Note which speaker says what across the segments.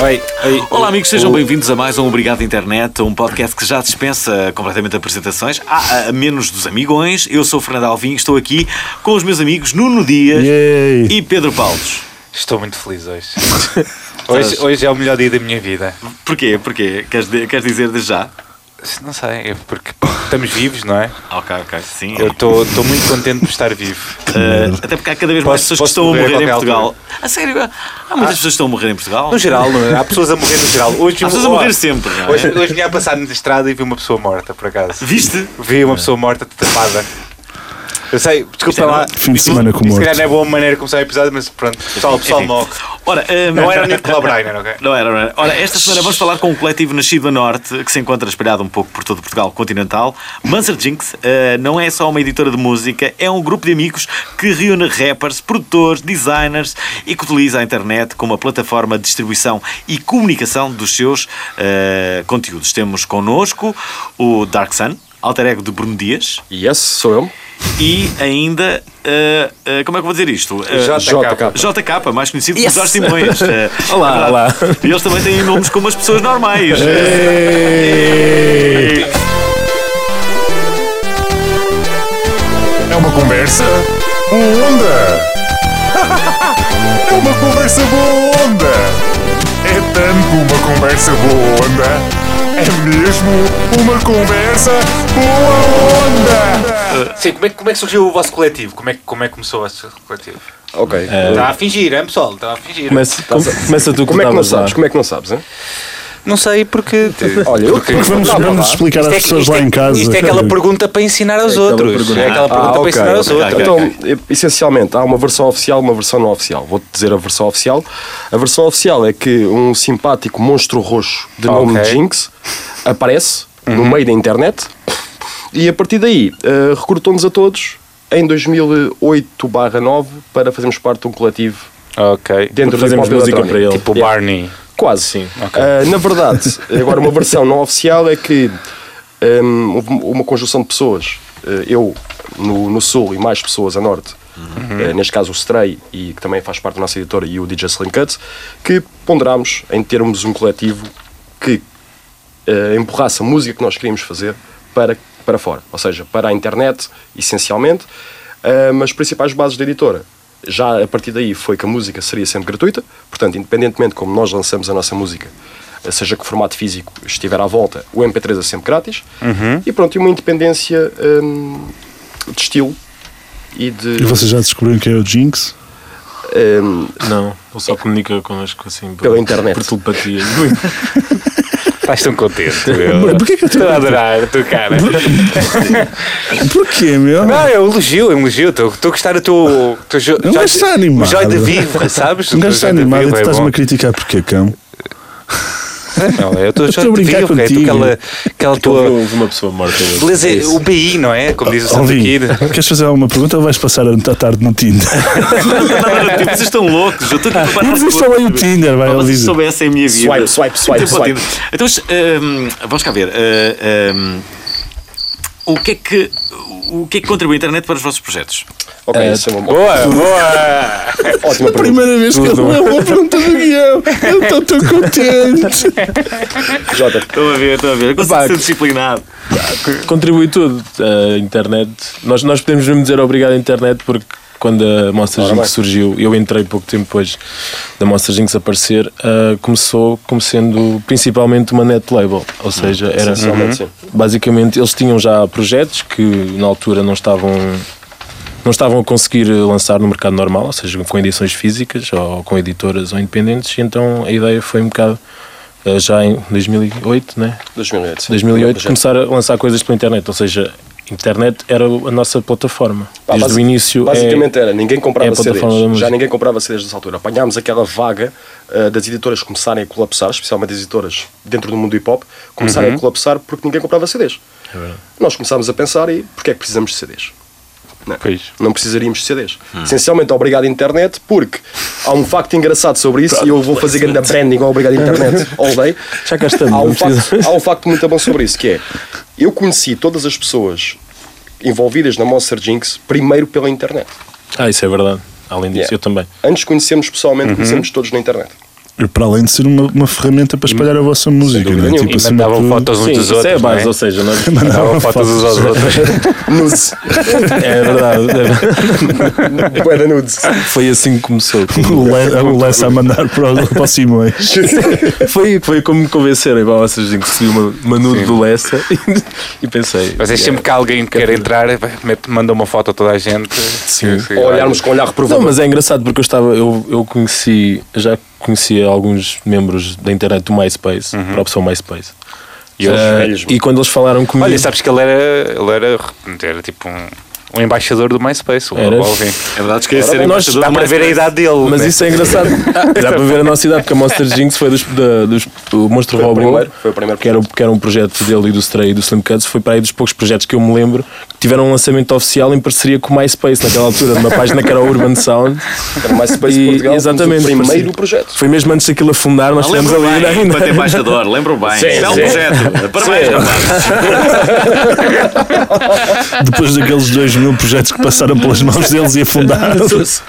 Speaker 1: Oi, oi.
Speaker 2: Olá amigos, sejam bem-vindos a mais um Obrigado Internet, um podcast que já dispensa completamente apresentações, Ah, a, a menos dos amigões. Eu sou o Fernando Alvim, estou aqui com os meus amigos Nuno Dias
Speaker 3: Yay.
Speaker 2: e Pedro Paulos.
Speaker 4: Estou muito feliz hoje. hoje. Hoje é o melhor dia da minha vida.
Speaker 2: Porquê? Porquê? Queres, di- queres dizer de já?
Speaker 4: Não sei, é porque estamos vivos, não é?
Speaker 2: Ok, ok, sim.
Speaker 4: Eu estou estou muito contente por estar vivo.
Speaker 2: Eh, até porque há cada vez mais
Speaker 4: Posso-
Speaker 2: pessoas que
Speaker 4: posso
Speaker 2: estão a
Speaker 4: morrer a
Speaker 2: morrer em
Speaker 4: qualquer
Speaker 2: Portugal.
Speaker 4: altura. Ah,
Speaker 2: A sério? Há muitas pessoas que estão a morrer em Portugal?
Speaker 4: No geral, não é? Há pessoas a morrer no geral. Hoje,
Speaker 2: Há pessoas a morrer sempre, não é?
Speaker 4: Hoje, hoje vim a passar na estrada e vi uma pessoa morta, por acaso.
Speaker 2: Viste?
Speaker 4: Vi uma pessoa morta tapada. Eu sei, desculpa lá.
Speaker 3: Fim de semana com
Speaker 4: Isso se
Speaker 3: morto.
Speaker 4: calhar não é boa maneira de começar o episódio, mas pronto, pessoal, o pessoal morre.
Speaker 2: Ora, ehm,
Speaker 4: Não era o Nicolau Breiner, ok?
Speaker 2: Não era, não era. Ora, esta semana vamos falar com um coletivo nascido a norte que se encontra espalhado um pouco por todo Portugal continental. Manser Jinx eh, não é só uma editora de música, é um grupo de amigos que reúne rappers, produtores, designers e que utiliza a internet como uma plataforma de distribuição e comunicação dos seus eh, conteúdos. Temos connosco o Dark Sun, alter ego de Bruno Dias,
Speaker 1: Yes, sou eu.
Speaker 2: e ainda. eh, eh, como é que eu vou dizer isto? Eh,
Speaker 4: JK.
Speaker 2: JK, mais conhecido como
Speaker 1: Yes.
Speaker 2: Jorge Simões. Eh,
Speaker 3: Olá,
Speaker 2: é verdade.
Speaker 3: olá.
Speaker 2: E eles também têm nomes como as pessoas normais. Eh,
Speaker 3: Ei. É uma conversa boa onda. É uma conversa boa onda. É tanto uma conversa boa onda. É mesmo uma conversa boa onda.
Speaker 4: Sim, como é, que- como é que surgiu o vosso coletivo? Como é, que- como é que começou o vosso coletivo?
Speaker 1: Ok.
Speaker 4: Estava a fingir, hein, pessoal? Estava a fingir.
Speaker 5: Começa, começa tu
Speaker 1: Como é que não
Speaker 5: davas lá.
Speaker 1: sabes? Como é que não sabes, hein?
Speaker 4: Não sei porque.
Speaker 1: Olha, eu
Speaker 3: Porque vamos, vamos explicar às pessoas
Speaker 4: é isto
Speaker 3: lá em casa.
Speaker 4: Isto é aquela pergunta para ensinar aos
Speaker 1: aquela
Speaker 4: outros.
Speaker 1: pergunta.
Speaker 4: É aquela
Speaker 1: Ah,
Speaker 4: pergunta para
Speaker 1: ok,
Speaker 4: ensinar aos
Speaker 1: ok,
Speaker 4: outros.
Speaker 2: ok.
Speaker 1: Então, e- essencialmente, há uma versão oficial e uma versão não oficial. Vou-te dizer a versão oficial. A versão oficial é que um simpático monstro roxo de nome
Speaker 4: Ok. Uhum.
Speaker 1: Jinx aparece no meio da internet e a partir daí eh, recrutou-nos a todos em 2008-9 para fazermos parte de um coletivo
Speaker 4: Ok.
Speaker 1: dentro do
Speaker 5: Fazemos
Speaker 1: hip hop
Speaker 5: música
Speaker 1: eletrónico.
Speaker 5: para ele.
Speaker 4: Tipo o
Speaker 1: Yeah.
Speaker 4: Barney.
Speaker 1: Quase. Sim. na verdade, agora uma versão não oficial é que hum, houve uma conjunção de pessoas, eh, eu no, no sul e mais pessoas a norte, eh, neste caso o Stray, e que também faz parte da nossa editora, e o DJ Slim Cut, que ponderámos em termos um coletivo que eh, empurrasse a música que nós queríamos fazer para, para fora, ou seja, para a internet, essencialmente, eh, mas principais bases da editora. Já a partir daí foi que a música seria sempre gratuita, portanto, independentemente como nós lançamos a nossa música, eh, seja que formato físico estiver à volta, o MP3 é sempre grátis, e pronto, e uma independência hum, de estilo e de.
Speaker 3: E vocês já descobriram que é o Jinx?
Speaker 1: hum,
Speaker 5: Não, ele só comunica connosco assim por-
Speaker 1: Pela internet.
Speaker 5: Por telepatia.
Speaker 4: Estás tão contente, meu.
Speaker 3: Porquê que eu
Speaker 4: Estou
Speaker 3: tenho-
Speaker 4: a adorar a tua cara.
Speaker 3: Porquê, meu?
Speaker 4: Não, é um elogio, é um elogio. Estou estou a gostar do teu. teu jo-
Speaker 3: Um gajo
Speaker 4: jo-
Speaker 3: está animado.
Speaker 4: O joio de vivo, sabes?
Speaker 3: Um
Speaker 4: O teu
Speaker 3: gajo está
Speaker 4: joio de
Speaker 3: animado e
Speaker 4: vivo
Speaker 3: tu
Speaker 4: é
Speaker 3: estás-me
Speaker 4: bom.
Speaker 3: a criticar porque, cão?
Speaker 4: Não, é o teu
Speaker 3: estou a
Speaker 4: joio de
Speaker 3: brincar
Speaker 4: vivo, é tu
Speaker 3: contigo.
Speaker 4: aquela, aquela tua.
Speaker 5: Houve uma pessoa morta. hoje.
Speaker 4: Beleza, o BI, não é? Como diz o Santo
Speaker 3: Alvin,
Speaker 4: Kid.
Speaker 3: queres fazer alguma pergunta ou vais passar a a tarde no Tinder?
Speaker 2: tipo, Vocês estão loucos. Eu estou aqui para
Speaker 3: Mas isto é bem o Tinder, vai,
Speaker 2: Mas
Speaker 3: ele
Speaker 2: se
Speaker 3: diz.
Speaker 2: soubessem a minha vida.
Speaker 1: Swipe, swipe, swipe,
Speaker 2: Tempo ao
Speaker 1: swipe.
Speaker 2: Tinder. Então, hum, vamos cá ver. hum, hum, o que é que. O que é que contribui a internet para os vossos projetos?
Speaker 1: ok,
Speaker 5: Ah,
Speaker 1: isso é uma
Speaker 4: Boa, boa!
Speaker 1: ótima pergunta.
Speaker 3: Primeira vez que ele leu uma pergunta do guião. Eu estou tão contente.
Speaker 1: Jota,
Speaker 2: Estou a ver, estou a ver. Eu consigo
Speaker 5: Pá,
Speaker 2: ser
Speaker 5: que-
Speaker 2: disciplinado.
Speaker 5: Contribui tudo. A internet. Nós, nós podemos mesmo dizer obrigado à internet porque quando a Mostra
Speaker 1: Ora
Speaker 5: Jinx
Speaker 1: bem.
Speaker 5: surgiu, eu entrei pouco tempo depois da Mostra Jinx aparecer, ah, começou como sendo principalmente uma net label. Ou seja, era. Uhum.
Speaker 1: essencialmente, sim.
Speaker 5: Basicamente, eles tinham já projetos que na altura não estavam não estavam a conseguir lançar no mercado normal, ou seja, com edições físicas ou com editoras ou independentes, e então a ideia foi um bocado eh, já em 2008, né?
Speaker 1: 2008. sim. é
Speaker 5: 2008 começar a lançar coisas pela internet, ou seja, internet era a nossa plataforma.
Speaker 1: Pá,
Speaker 5: Desde
Speaker 1: basi-
Speaker 5: o início.
Speaker 1: Basicamente
Speaker 5: é...
Speaker 1: era, ninguém comprava
Speaker 5: é a plataforma da
Speaker 1: CDs. Já
Speaker 5: música.
Speaker 1: ninguém comprava CDs nessa altura. Apanhámos aquela vaga ah, das editoras começarem a colapsar, especialmente as editoras dentro do mundo do hip hop, começarem
Speaker 5: Uhum.
Speaker 1: a colapsar porque ninguém comprava CDs.
Speaker 5: É
Speaker 1: Nós começámos a pensar e porque é que precisamos de CDs? Não, é?
Speaker 4: Pois.
Speaker 1: não precisaríamos de CDs.
Speaker 5: Hum.
Speaker 1: Essencialmente, obrigado internet, porque há um facto engraçado sobre isso e eu vou fazer grande branding ao obrigado internet all day.
Speaker 5: Já cá estamos,
Speaker 1: Há um,
Speaker 5: não precisa-
Speaker 1: facto, há um facto muito bom sobre isso, que é eu conheci todas as pessoas envolvidas na Monster Jinx primeiro pela internet.
Speaker 5: Ah, isso é verdade. Além disso,
Speaker 1: Yeah.
Speaker 5: eu também.
Speaker 1: Antes conhecemos pessoalmente, conhecemos todos na internet.
Speaker 3: E Para além de ser uma, uma ferramenta para espalhar a vossa música,
Speaker 1: dúvida
Speaker 3: não é?
Speaker 1: nenhuma.
Speaker 3: Tipo,
Speaker 1: E
Speaker 3: acima de
Speaker 4: mandavam
Speaker 3: tudo-
Speaker 4: fotos uns
Speaker 5: Sim,
Speaker 4: dos
Speaker 5: isso
Speaker 4: outros.
Speaker 5: é a base,
Speaker 4: não
Speaker 5: ou seja, nós...
Speaker 4: Mandavam fotos uns aos outros.
Speaker 1: Nudes.
Speaker 5: é verdade.
Speaker 1: Boeda nudes.
Speaker 5: Foi assim que começou.
Speaker 3: O Le- o Lessa a mandar para o, para o Simões.
Speaker 5: Foi, foi como me convencerem, pá, vocês têm que seguir uma, uma nude do Lessa e, e pensei.
Speaker 4: Mas é sempre que alguém quer entrar, mete- manda uma foto a toda a gente. Sim, sim,
Speaker 1: Ou olharmos com um olhar
Speaker 5: Não,
Speaker 1: reprovador.
Speaker 5: mas é engraçado porque eu estava, eu, eu conheci, já conhecia alguns membros da internet do MySpace, para a opção MySpace.
Speaker 4: E eles
Speaker 5: Ah,
Speaker 1: velhos, mano.
Speaker 5: e quando eles falaram comigo.
Speaker 4: Olha, é sabes que ele era, ele era, era tipo um, um embaixador do MySpace, o
Speaker 5: Era.
Speaker 4: Balvin.
Speaker 2: É verdade, esqueci
Speaker 5: Ora,
Speaker 2: ser
Speaker 5: nós-
Speaker 2: embaixador
Speaker 4: Dá
Speaker 2: do
Speaker 4: para ver a
Speaker 2: MySpace.
Speaker 4: idade dele.
Speaker 5: mas
Speaker 4: né?
Speaker 5: isso é engraçado. Dá para ver a nossa idade, porque a Monster Jinx foi dos, da, dos o Monstro
Speaker 1: Foi o
Speaker 5: Robin,
Speaker 1: primeiro, foi o primeiro
Speaker 5: que, era, que era um projeto dele e do Stray e do Slim Cuts. Foi para aí dos poucos projetos que eu me lembro que tiveram um lançamento oficial em parceria com o MySpace naquela altura, numa página que era o Urban Sound.
Speaker 1: Era mais Space
Speaker 5: E-
Speaker 1: Portugal.
Speaker 5: exatamente,
Speaker 1: Exatamente. O primeiro
Speaker 5: parecido.
Speaker 1: projeto.
Speaker 5: Foi mesmo antes daquilo afundar, nós estivemos
Speaker 2: Lembro
Speaker 5: ali é?
Speaker 2: bem,
Speaker 5: ainda.
Speaker 2: enquanto embaixador, lembro bem.
Speaker 1: Sim,
Speaker 2: Belo
Speaker 1: sim.
Speaker 2: projeto. Parabéns, rapaz.
Speaker 3: Depois daqueles dois mil projetos que passaram pelas mãos deles e afundaram.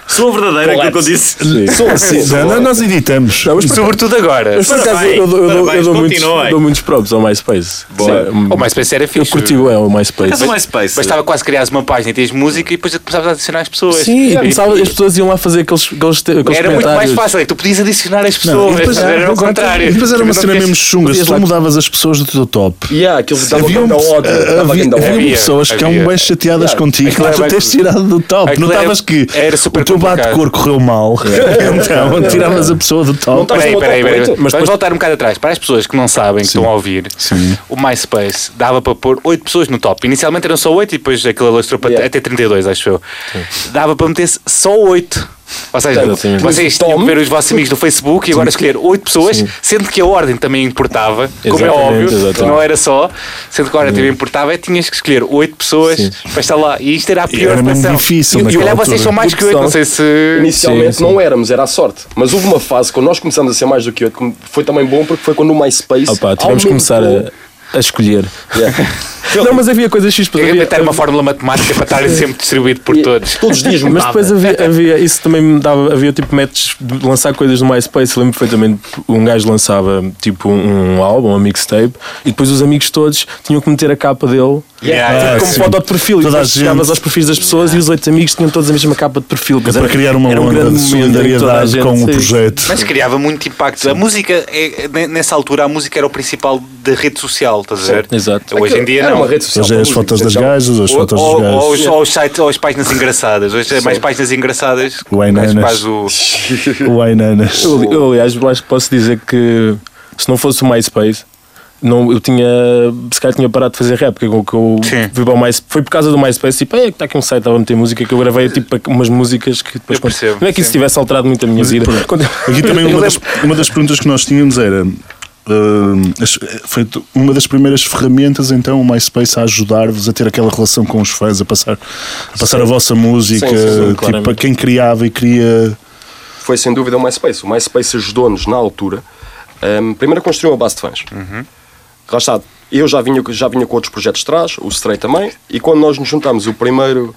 Speaker 2: Sou verdadeira, é aquilo que eu disse.
Speaker 1: Sou assim.
Speaker 3: Não, não, nós editamos.
Speaker 4: Sobretudo agora.
Speaker 5: Mas por acaso eu, dou- eu dou- eu
Speaker 2: Parabéns,
Speaker 5: dou, muitos,
Speaker 2: continuem.
Speaker 5: dou muitos props ao MySpace. Sim.
Speaker 4: O MySpace era
Speaker 5: Eu
Speaker 4: fixe.
Speaker 5: curti o é o MySpace.
Speaker 2: Mas o MySpace.
Speaker 4: Mas estava quase criares uma página e tens música e depois começavas a adicionar as pessoas.
Speaker 5: Sim,
Speaker 4: E-
Speaker 5: e começava, as pessoas iam lá fazer aqueles, aqueles, te- aqueles
Speaker 4: Era muito mais
Speaker 5: comentários.
Speaker 4: fácil, é que tu podias adicionar as
Speaker 3: Não,
Speaker 4: pessoas,
Speaker 3: e depois-
Speaker 4: era o
Speaker 3: depois-
Speaker 4: contrário.
Speaker 3: e Depois era uma
Speaker 4: Tu não
Speaker 3: cena
Speaker 4: tinhas-
Speaker 3: mesmo chunga. Se tu mudavas as pessoas do teu top,
Speaker 1: E há aquilo que dava
Speaker 3: Havia, um-
Speaker 1: ganda ódio. Dava
Speaker 3: havia-
Speaker 1: ganda
Speaker 3: havia
Speaker 1: ódio.
Speaker 4: Havia,
Speaker 3: pessoas que
Speaker 4: havia.
Speaker 3: eram bem chateadas contigo
Speaker 4: Aquilo
Speaker 3: por tu
Speaker 4: era-
Speaker 3: teres tirado do top.
Speaker 4: aquilo era-
Speaker 3: Notavas que
Speaker 4: era super
Speaker 3: o teu bate de
Speaker 4: complicado. É.
Speaker 3: cor correu mal, então tiravas a pessoa do top.
Speaker 1: Não
Speaker 4: Peraí,
Speaker 1: Mas
Speaker 4: peraí,
Speaker 1: não
Speaker 4: peraí.
Speaker 1: oito.
Speaker 4: Mas vamos voltar um bocado atrás. Para as pessoas que não sabem, que estão a ouvir,
Speaker 3: Sim.
Speaker 4: o MySpace dava para pôr 8 pessoas no top. Inicialmente eram só 8 e depois aquilo alastrou para
Speaker 1: Yeah.
Speaker 4: até 32, acho eu. Dava para meter-se só 8. Ou seja,
Speaker 5: Exatamente.
Speaker 4: vocês tinham que ver os vossos amigos do Facebook e agora escolher 8 pessoas, sendo que a ordem também importava, como é
Speaker 5: Exatamente,
Speaker 4: óbvio,
Speaker 5: exatamente.
Speaker 4: não era só, sendo que a ordem também importava, é que tinhas que escolher 8 pessoas
Speaker 5: Sim.
Speaker 4: para estar lá. E isto era a pior
Speaker 3: era mesmo
Speaker 4: versão.
Speaker 3: difícil
Speaker 4: E- E
Speaker 3: naquela
Speaker 4: olha, vocês
Speaker 3: altura.
Speaker 4: são mais que 8, não sei se.
Speaker 1: Inicialmente
Speaker 5: Sim, sim.
Speaker 1: não éramos, era a sorte. Mas houve uma fase quando nós começámos a ser mais do que oito, que foi também bom porque foi quando o MySpace.
Speaker 5: Opa, tivemos
Speaker 1: aumentou-
Speaker 5: que começar a, a escolher.
Speaker 1: Yeah.
Speaker 5: Não, mas havia coisas X para
Speaker 4: Eu inventar uma fórmula matemática para estar sempre distribuído por
Speaker 1: E
Speaker 4: todos.
Speaker 1: Todos os dias
Speaker 5: Mas
Speaker 1: mudava.
Speaker 5: depois havia, havia- isso também me dava, havia tipo matches de lançar coisas no MySpace, lembro perfeitamente, um gajo lançava tipo um, um álbum, uma mixtape, e depois os amigos todos tinham que meter a capa dele tipo,
Speaker 4: Yeah,
Speaker 5: como
Speaker 3: sim.
Speaker 5: foto de perfil, e
Speaker 3: Toda a
Speaker 5: depois chegavas
Speaker 3: gente.
Speaker 5: aos perfis das pessoas e os oito amigos tinham todos a mesma capa de perfil. Pois
Speaker 3: É Para
Speaker 5: era-
Speaker 3: criar uma
Speaker 5: era um
Speaker 3: onda
Speaker 5: grande
Speaker 3: de
Speaker 5: momento em que toda a
Speaker 3: solidariedade
Speaker 5: gente-
Speaker 3: com o
Speaker 5: sim.
Speaker 3: projeto.
Speaker 4: Mas criava muito impacto. A música, é- ne- nessa altura, a música era o principal da rede social, estás a ver?
Speaker 5: Exato.
Speaker 4: Hoje em dia
Speaker 1: era
Speaker 4: não.
Speaker 1: uma rede social.
Speaker 3: Hoje é as
Speaker 1: para
Speaker 3: fotos das
Speaker 1: músicos, então.
Speaker 3: gajas, as
Speaker 4: Ou,
Speaker 3: fotos
Speaker 4: ou-
Speaker 3: dos
Speaker 4: ou
Speaker 3: gajos.
Speaker 4: os- ou os sites, ou as páginas engraçadas. Hoje é mais páginas engraçadas.
Speaker 3: O Wayne
Speaker 4: mais
Speaker 3: Anas.
Speaker 4: faz o-
Speaker 3: O Ainanas.
Speaker 5: Eu, ali- eu, aliás, eu acho que posso dizer que se não fosse o MySpace, não, eu tinha. Se calhar tinha parado de fazer rap, porque o que eu
Speaker 4: Sim.
Speaker 5: fui para o MySpace, foi por causa do MySpace, tipo, é que está aqui um site, estava a meter música que eu gravei tipo umas músicas que depois.
Speaker 4: Eu percebo,
Speaker 5: não é que isso
Speaker 4: sim.
Speaker 5: tivesse alterado muito a minha vida. Quando-
Speaker 3: Aqui também
Speaker 5: Eu
Speaker 3: uma das, uma das perguntas que nós tínhamos era. hum, as- foi t- uma das primeiras ferramentas então o MySpace a ajudar-vos a ter aquela relação com os fãs a passar a, passar a vossa música
Speaker 1: Sim, sim, sim,
Speaker 3: tipo para
Speaker 5: claramente.
Speaker 3: quem criava e queria
Speaker 1: foi sem dúvida o MySpace. O MySpace ajudou-nos na altura. hum, primeiro a construir uma base de fãs. Lá está. Eu já vinha, já vinha com outros projetos de trás, o Stray também, e quando nós nos juntámos, o primeiro,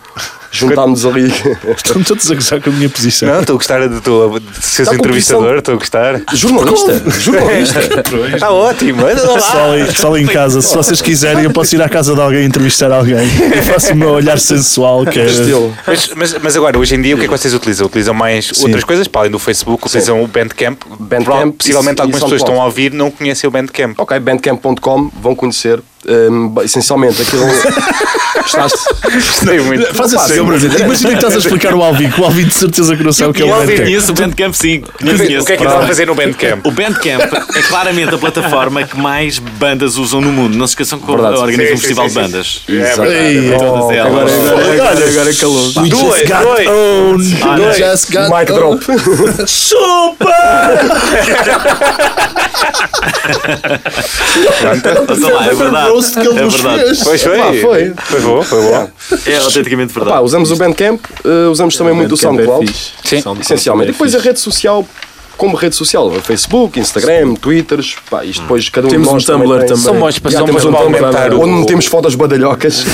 Speaker 1: juntámos ali.
Speaker 3: estão todos a gozar com a minha posição
Speaker 4: Não, estou a gostar de, tu, de
Speaker 3: Tá
Speaker 4: seres
Speaker 1: Dá
Speaker 4: entrevistador, estou a gostar.
Speaker 1: jornalista!
Speaker 3: é
Speaker 1: jornalista!
Speaker 4: Está ótimo. olha lá.
Speaker 3: Pessoal, aí- pessoal aí em casa, se vocês quiserem, eu posso ir à casa de alguém entrevistar alguém. Eu faço o meu olhar sensual, que é.
Speaker 1: Estilo.
Speaker 4: Mas, mas, mas agora, hoje em dia, o que é que vocês utilizam? Utilizam mais outras coisas, para além do Facebook, utilizam o Bandcamp.
Speaker 1: Bandcamp
Speaker 4: Prova- Possivelmente
Speaker 1: e- e
Speaker 4: algumas pessoas
Speaker 1: SoundCloud.
Speaker 4: estão a ouvir não conhecem o Bandcamp.
Speaker 1: ok, bandcamp.com, vão conhecer. Hum, essencialmente, aquilo. Estás.
Speaker 5: Gostei muito.
Speaker 3: Faz assim, Bruno. Imagina que estás a explicar o Alvin, que o Alvin de certeza que não sabe o que é
Speaker 2: Eu
Speaker 3: o
Speaker 2: não
Speaker 3: Redtech.
Speaker 2: conheço o Bandcamp, sim.
Speaker 4: O que é que eu estava a fazer no Bandcamp?
Speaker 2: O Bandcamp é claramente a plataforma que mais bandas usam no mundo. Não se esqueçam que
Speaker 1: Verdade.
Speaker 2: organiza
Speaker 4: Sim,
Speaker 2: um
Speaker 4: sim,
Speaker 2: festival
Speaker 4: sim,
Speaker 2: de bandas.
Speaker 4: É
Speaker 1: Exato.
Speaker 4: verdade.
Speaker 3: Ei,
Speaker 2: Todas
Speaker 1: Oh,
Speaker 2: elas.
Speaker 1: agora,
Speaker 3: é
Speaker 1: agora, agora, agora, agora calou.
Speaker 3: We just
Speaker 4: Dois,
Speaker 3: got
Speaker 4: dois.
Speaker 3: owned.
Speaker 4: Dois.
Speaker 3: We just got
Speaker 1: Mic drop.
Speaker 2: Mas, olha lá, é verdade.
Speaker 3: roast que ele
Speaker 2: É
Speaker 3: nos
Speaker 2: verdade.
Speaker 3: fez.
Speaker 4: Pois foi.
Speaker 1: Pá, Ah, foi.
Speaker 4: Foi bom, foi bom.
Speaker 2: É autenticamente
Speaker 1: Pá,
Speaker 2: verdade.
Speaker 1: usamos o Bandcamp, eh, usamos também muito o
Speaker 5: é
Speaker 1: SoundCloud.
Speaker 5: Sim,
Speaker 1: essencialmente. E depois a rede social, como rede social, Facebook, Instagram, Twitters, pá, isto depois cada um
Speaker 5: Temos
Speaker 1: de
Speaker 5: um
Speaker 1: nós também
Speaker 5: Tumblr
Speaker 1: tem.
Speaker 5: também. São
Speaker 1: Já, temos um
Speaker 5: para
Speaker 1: Tumblr
Speaker 5: aumentar o-
Speaker 1: onde metemos fotos badalhocas.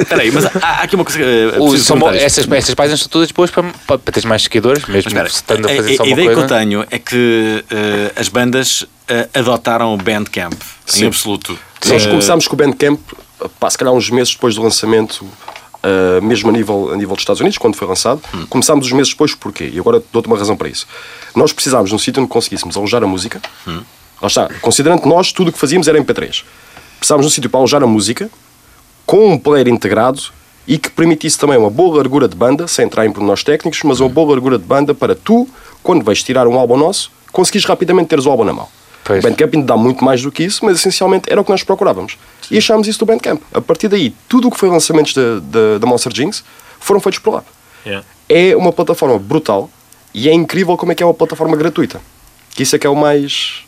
Speaker 2: Espera aí, mas há, há aqui uma coisa que eh,
Speaker 6: O- é
Speaker 2: preciso
Speaker 6: são bo-
Speaker 2: comentar isto.
Speaker 6: essas, essas páginas são todas boas para, para, para teres mais seguidores, mesmo
Speaker 2: Mas espera,
Speaker 6: estando a
Speaker 2: a,
Speaker 6: fazer só
Speaker 2: a- a
Speaker 6: uma
Speaker 2: ideia
Speaker 6: coisa.
Speaker 2: que eu tenho é que eh, as bandas eh, adotaram o Bandcamp, em absoluto.
Speaker 1: Nós
Speaker 2: Eh,
Speaker 1: começámos com o Bandcamp, pá, se calhar uns meses depois do lançamento, ah, mesmo a nível, a nível dos Estados Unidos, quando foi lançado. Começámos uns meses depois, porquê? E agora dou-te uma razão para isso. Nós precisámos de um sítio onde conseguíssemos alojar a música. Lá está, considerando que nós tudo o que fazíamos era MP3. Precisámos de um sítio para alojar a música, com um player integrado e que permitisse também uma boa largura de banda, sem entrar em pormenores técnicos, mas uma boa largura de banda para tu, quando vais tirar um álbum nosso, conseguires rapidamente teres o álbum na mão.
Speaker 6: Pois.
Speaker 1: O Bandcamp ainda dá muito mais do que isso, mas essencialmente era o que nós procurávamos. E achámos isso do Bandcamp. A partir daí, tudo o que foi lançamentos da, da, da Monster Jinx foram feitos por lá.
Speaker 5: Yeah.
Speaker 1: É uma plataforma brutal e é incrível como é que é uma plataforma gratuita. Que isso é que é o mais...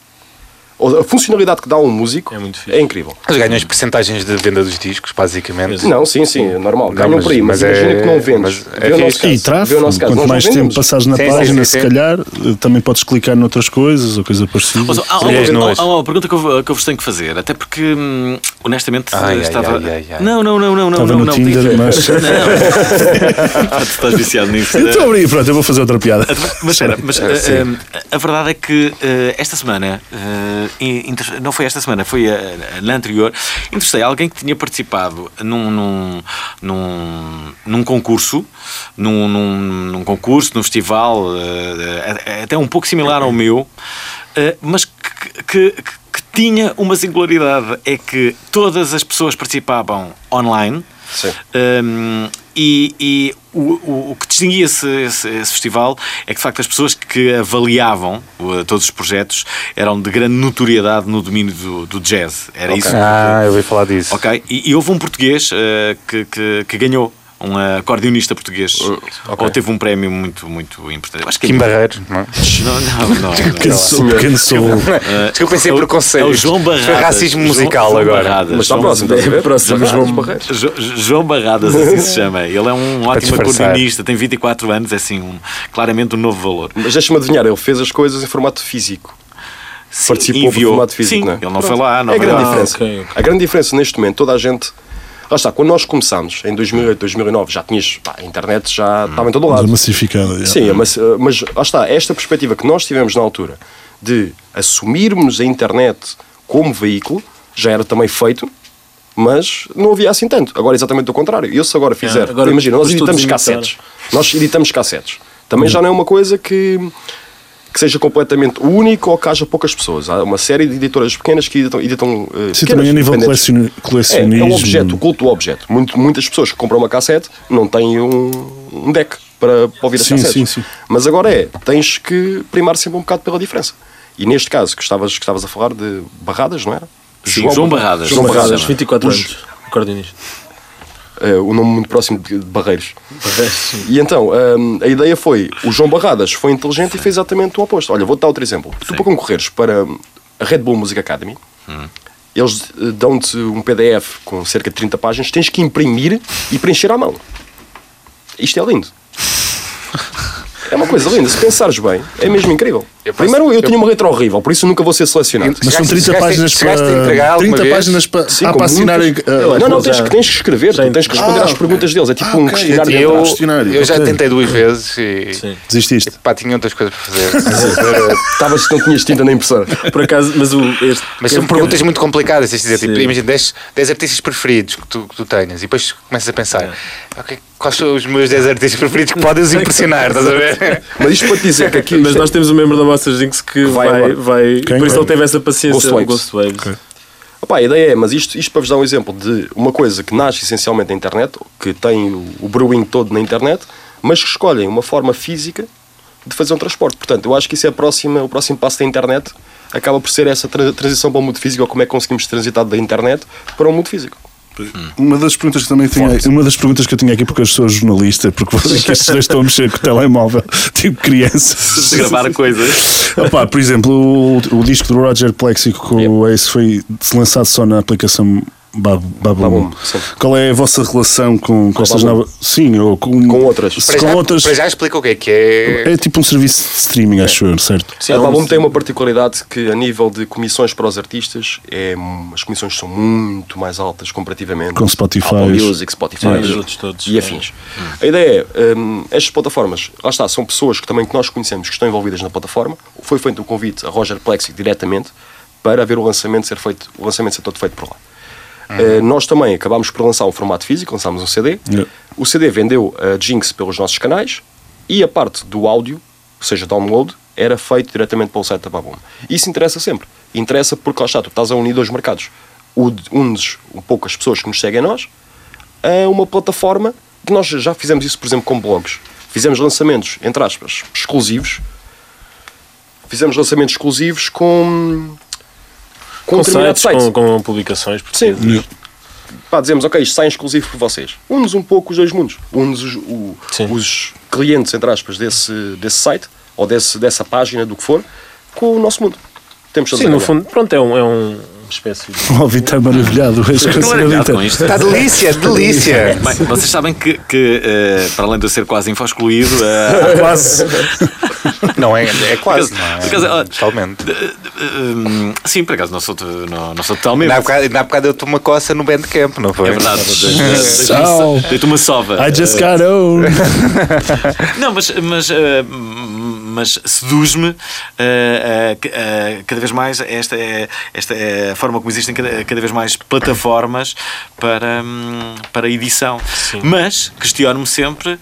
Speaker 1: ou A funcionalidade que dá a um músico
Speaker 5: É muito fixe.
Speaker 1: é incrível.
Speaker 6: Eles ganham as percentagens de venda dos discos, basicamente.
Speaker 1: Não, sim, sim, é normal. Ganham
Speaker 6: mas-
Speaker 1: por aí, mas,
Speaker 6: mas
Speaker 1: imagina
Speaker 6: é-
Speaker 1: que não vendes.
Speaker 6: mas
Speaker 1: Vê
Speaker 6: é
Speaker 1: o nosso
Speaker 6: fixe.
Speaker 1: caso.
Speaker 3: E
Speaker 1: Vê o
Speaker 3: tráfego,
Speaker 1: nosso caso.
Speaker 3: quanto
Speaker 1: Nós
Speaker 3: mais
Speaker 1: não
Speaker 3: tempo
Speaker 1: vendemos.
Speaker 3: passares na
Speaker 6: Sim, sim,
Speaker 3: página,
Speaker 6: sim,
Speaker 3: se
Speaker 6: sim.
Speaker 3: calhar, eh, também podes clicar noutras coisas ou coisa parecida.
Speaker 2: Mas há, há uma,
Speaker 6: Mulheres
Speaker 2: há-
Speaker 6: nuas.
Speaker 2: há uma pergunta que eu, que eu vos tenho que fazer, até porque, hum, honestamente,
Speaker 6: Ai, ai,
Speaker 2: estava.
Speaker 6: ai, ai, ai.
Speaker 2: Não, não, não, não, não.
Speaker 3: Estava
Speaker 2: não,
Speaker 3: no
Speaker 2: não,
Speaker 3: Tinder,
Speaker 2: tem-
Speaker 3: mas-
Speaker 2: Não. Ah, tu estás viciado nisso.
Speaker 3: Eu Estou a abrir, pronto, eu vou fazer outra piada.
Speaker 2: Mas espera, mas ah, ah, a verdade é que ah, esta semana, ah, in- inter- não foi esta semana, foi ah, na anterior, interessei alguém que tinha participado num, num, num, num concurso, num, num, num concurso, num festival, ah, ah, até um pouco similar ao meu, ah, mas que- que- que que tinha uma singularidade é que todas as pessoas participavam online
Speaker 1: Sim.
Speaker 2: Hum, e, e o, o- o que distinguia esse, esse- esse festival é que, de facto, as pessoas que avaliavam uh, todos os projetos eram de grande notoriedade no domínio do, do jazz. Era isso.
Speaker 6: Ah, eu ouvi falar disso.
Speaker 2: Ok. E, e houve um português eh, que, que- que ganhou. Um eh, acordeonista português. Ou teve um prémio muito, muito importante. Eu Acho que
Speaker 6: Kim Barreiros, não é?
Speaker 2: Não, não, não. não.
Speaker 3: Pequeno sou, pequeno sou.
Speaker 6: Desculpa, pensei
Speaker 2: É o-
Speaker 6: por conceito.
Speaker 2: É o João Barradas.
Speaker 6: Foi racismo
Speaker 2: João-
Speaker 6: musical
Speaker 2: João
Speaker 6: agora.
Speaker 2: Barradas.
Speaker 1: Mas está
Speaker 2: João-
Speaker 1: próximo, estás a ver?
Speaker 5: Próximo,
Speaker 1: Mas
Speaker 5: João.
Speaker 1: Barreiros.
Speaker 2: Jo- João Barradas, assim se chama. Ele é um ótimo
Speaker 6: disfarçar.
Speaker 2: acordeonista, tem 24 anos, é assim, um- claramente um novo valor.
Speaker 1: Mas deixa-me adivinhar, ele fez as coisas em formato físico.
Speaker 2: Sim,
Speaker 1: Participou por formato físico,
Speaker 2: Sim,
Speaker 1: não é?
Speaker 2: ele não foi lá, Ah, não
Speaker 1: É a grande
Speaker 2: lá.
Speaker 1: diferença.
Speaker 5: ok, ok.
Speaker 1: A grande diferença neste momento, toda a gente. Lá está, quando nós começámos, em 2008, 2009, já tinhas. Pá, a internet já estava em todo o lado.
Speaker 3: Massificado. yeah.
Speaker 1: Sim, mas, eh, mas lá está, esta perspectiva que nós tivemos na altura de assumirmos a internet como veículo já era também feito, mas não havia assim tanto. Agora é exatamente o contrário. Eu se agora fizer,
Speaker 5: Ah, agora
Speaker 1: imagina, nós
Speaker 5: os todos
Speaker 1: editamos
Speaker 5: imitaram.
Speaker 1: cassetes. Nós editamos cassetes. Também já não é uma coisa que, que seja completamente única ou que haja poucas pessoas. Há uma série de editoras pequenas que editam. editam eh,
Speaker 3: Sim,
Speaker 1: pequenas,
Speaker 3: também a nível
Speaker 1: independentes.
Speaker 3: colecioni-
Speaker 1: É, é
Speaker 3: colecionismo.
Speaker 1: o objeto, o culto do objeto. Muito- muitas pessoas que compram uma cassete não têm um, um deck para, para ouvir as
Speaker 3: Sim,
Speaker 1: cassetes.
Speaker 3: sim, sim.
Speaker 1: Mas agora é, tens que primar sempre um bocado pela diferença. E neste caso, que estavas, que estavas a falar de barradas, não era?
Speaker 2: Sim, João Barradas.
Speaker 1: João Barradas.
Speaker 5: Barradas, 24
Speaker 1: Os-
Speaker 5: anos. Acordeonista.
Speaker 1: é, o nome muito próximo de de Barreiros. E então, hum, a ideia foi: o João Barradas foi inteligente e fez exatamente o oposto. Olha, vou-te dar outro exemplo. Tu, para concorreres para hum, a Red Bull Music Academy, eles eh, dão-te um PDF com cerca de 30 páginas, tens que imprimir e preencher à mão. Isto é lindo. É uma coisa linda, se pensares bem, é mesmo incrível. Primeiro, eu, tinha uma letra horrível, por isso nunca vou ser selecionado.
Speaker 3: Mas são
Speaker 6: Chegaste-
Speaker 3: 30
Speaker 6: chegaste-
Speaker 3: páginas
Speaker 6: chegaste a entregar
Speaker 3: para.
Speaker 6: alguma
Speaker 3: 30
Speaker 6: vez?
Speaker 3: páginas para.
Speaker 1: Sim,
Speaker 3: há
Speaker 1: com
Speaker 3: para assinar.
Speaker 1: muitas-
Speaker 3: eh,
Speaker 5: Eu acho
Speaker 1: não, não,
Speaker 5: que
Speaker 1: tens,
Speaker 5: já-
Speaker 1: que- tens que escrever, tu
Speaker 5: já
Speaker 1: tens que responder
Speaker 3: Ah,
Speaker 1: às perguntas deles. É tipo um
Speaker 3: ok,
Speaker 1: questionário de
Speaker 3: eu-
Speaker 1: atrás.
Speaker 3: questionário,
Speaker 6: Eu já
Speaker 3: ok.
Speaker 6: tentei duas vezes e.
Speaker 5: Sim.
Speaker 3: Desististe.
Speaker 6: Pá, tinha outras coisas para fazer.
Speaker 1: Estavas, assim, não tinhas tinta na impressora.
Speaker 5: Por acaso, mas o. Este,
Speaker 6: Mas são perguntas muito complicadas, tens de dizer, tipo,
Speaker 5: Sim.
Speaker 6: imagina 10, 10 artistas preferidos que tu, que tu tenhas e depois começas a pensar, ok, quais são os meus 10 artistas preferidos que podem os impressionar, estás a ver?
Speaker 1: Mas isto é- para te dizer que aqui.
Speaker 5: Mas nós temos um membro da Monster Jinx que
Speaker 1: Vai
Speaker 5: vai.
Speaker 1: agora.
Speaker 5: vai,
Speaker 3: Quem?
Speaker 5: por isso ele teve essa paciência
Speaker 1: Ghost
Speaker 5: do
Speaker 1: Waves.
Speaker 5: Ghost Waves.
Speaker 3: Ok.
Speaker 1: Opa, a ideia é, mas isto, isto para vos dar um exemplo de uma coisa que nasce essencialmente na internet, que tem o, o brewing todo na internet, mas que escolhem uma forma física de fazer um transporte. Portanto, eu acho que isso é a próxima, o próximo passo da internet, acaba por ser essa tra- transição para o mundo físico, ou como é que conseguimos transitar da internet para o mundo físico.
Speaker 3: Uma das perguntas que também tinha, uma das perguntas que eu tinha aqui porque eu sou jornalista, porque vocês que estes dois estão a mexer com o telemóvel, tipo crianças.
Speaker 2: de gravar coisas.
Speaker 3: Opa, por exemplo, o, o disco do Roger Plexico com o Ace foi lançado só na aplicação Bab- Babylon.
Speaker 1: Babylon, sim.
Speaker 3: Qual é a vossa relação com, com estas
Speaker 1: Babylon.
Speaker 3: novas. Sim, ou com,
Speaker 1: Com outras.
Speaker 3: se
Speaker 6: Para
Speaker 3: com
Speaker 6: já,
Speaker 3: outras.
Speaker 6: para já explica o que é que é.
Speaker 3: É tipo um serviço de streaming, acho eu, certo?
Speaker 1: a Babum tem uma particularidade que, a nível de comissões para os artistas, é, as comissões são muito mais altas comparativamente
Speaker 3: Com Spotify.
Speaker 1: Apple Music, Spotify
Speaker 5: Sim, os outros todos,
Speaker 1: e
Speaker 5: é.
Speaker 1: afins. A ideia é, hum, estas plataformas, lá está, são pessoas que também que nós conhecemos que estão envolvidas na plataforma. Foi feito um convite a Roger Plexic diretamente para haver o lançamento ser feito, o lançamento ser todo feito por lá. Eh, nós também acabámos por lançar um formato físico, lançámos um CD.
Speaker 3: Yeah.
Speaker 1: O CD vendeu a Jinx pelos nossos canais e a parte do áudio, ou seja, download, era feito diretamente pelo site da Babum. Isso interessa sempre. Interessa porque, lá está, tu estás a unir dois mercados. O de- Unes um pouco as pessoas que nos seguem a nós a é uma plataforma que nós já fizemos isso, por exemplo, com blogs. Fizemos lançamentos, entre aspas, exclusivos. Fizemos lançamentos exclusivos com... um
Speaker 5: Com
Speaker 1: determinado
Speaker 5: sites,
Speaker 1: site.
Speaker 5: com, com publicações.
Speaker 1: Sim.
Speaker 5: portuguesas.
Speaker 1: Pá, dizemos, ok, isto sai em exclusivo por vocês. Une-nos um pouco os dois mundos. Une-nos os, o-
Speaker 5: Sim.
Speaker 1: os clientes, entre aspas, desse, desse site ou desse, dessa página, do que for, com o nosso mundo. Temos todos
Speaker 5: Sim,
Speaker 1: a
Speaker 5: no
Speaker 1: ganhar.
Speaker 5: fundo, pronto, é, um, é um- uma espécie de.
Speaker 3: O Ovi está maravilhado. hoje com essa
Speaker 2: Maravilhado
Speaker 3: garota.
Speaker 2: é com isto.
Speaker 6: Está delícia, delícia.
Speaker 2: Bem, vocês sabem que, que, eh, para além de eu ser quase infoscluído, eh,
Speaker 3: Quase.
Speaker 6: Não, é, é quase, não é?
Speaker 2: Por acaso, ó,
Speaker 6: Totalmente.
Speaker 2: hum, eh, sim, por acaso, não sou, to- não, não sou totalmente.
Speaker 6: Na bocada, na bocada eu tomo uma coça no Bandcamp, não foi?
Speaker 2: É verdade.
Speaker 3: Tchau.
Speaker 2: Deito uma sova.
Speaker 3: I just got owned.
Speaker 2: Não, mas, mas, eh, mas seduz-me eh, eh, que- eh, cada vez mais esta é, esta é a forma como existem cada, cada vez mais plataformas para, hum, para edição. Mas questiono-me sempre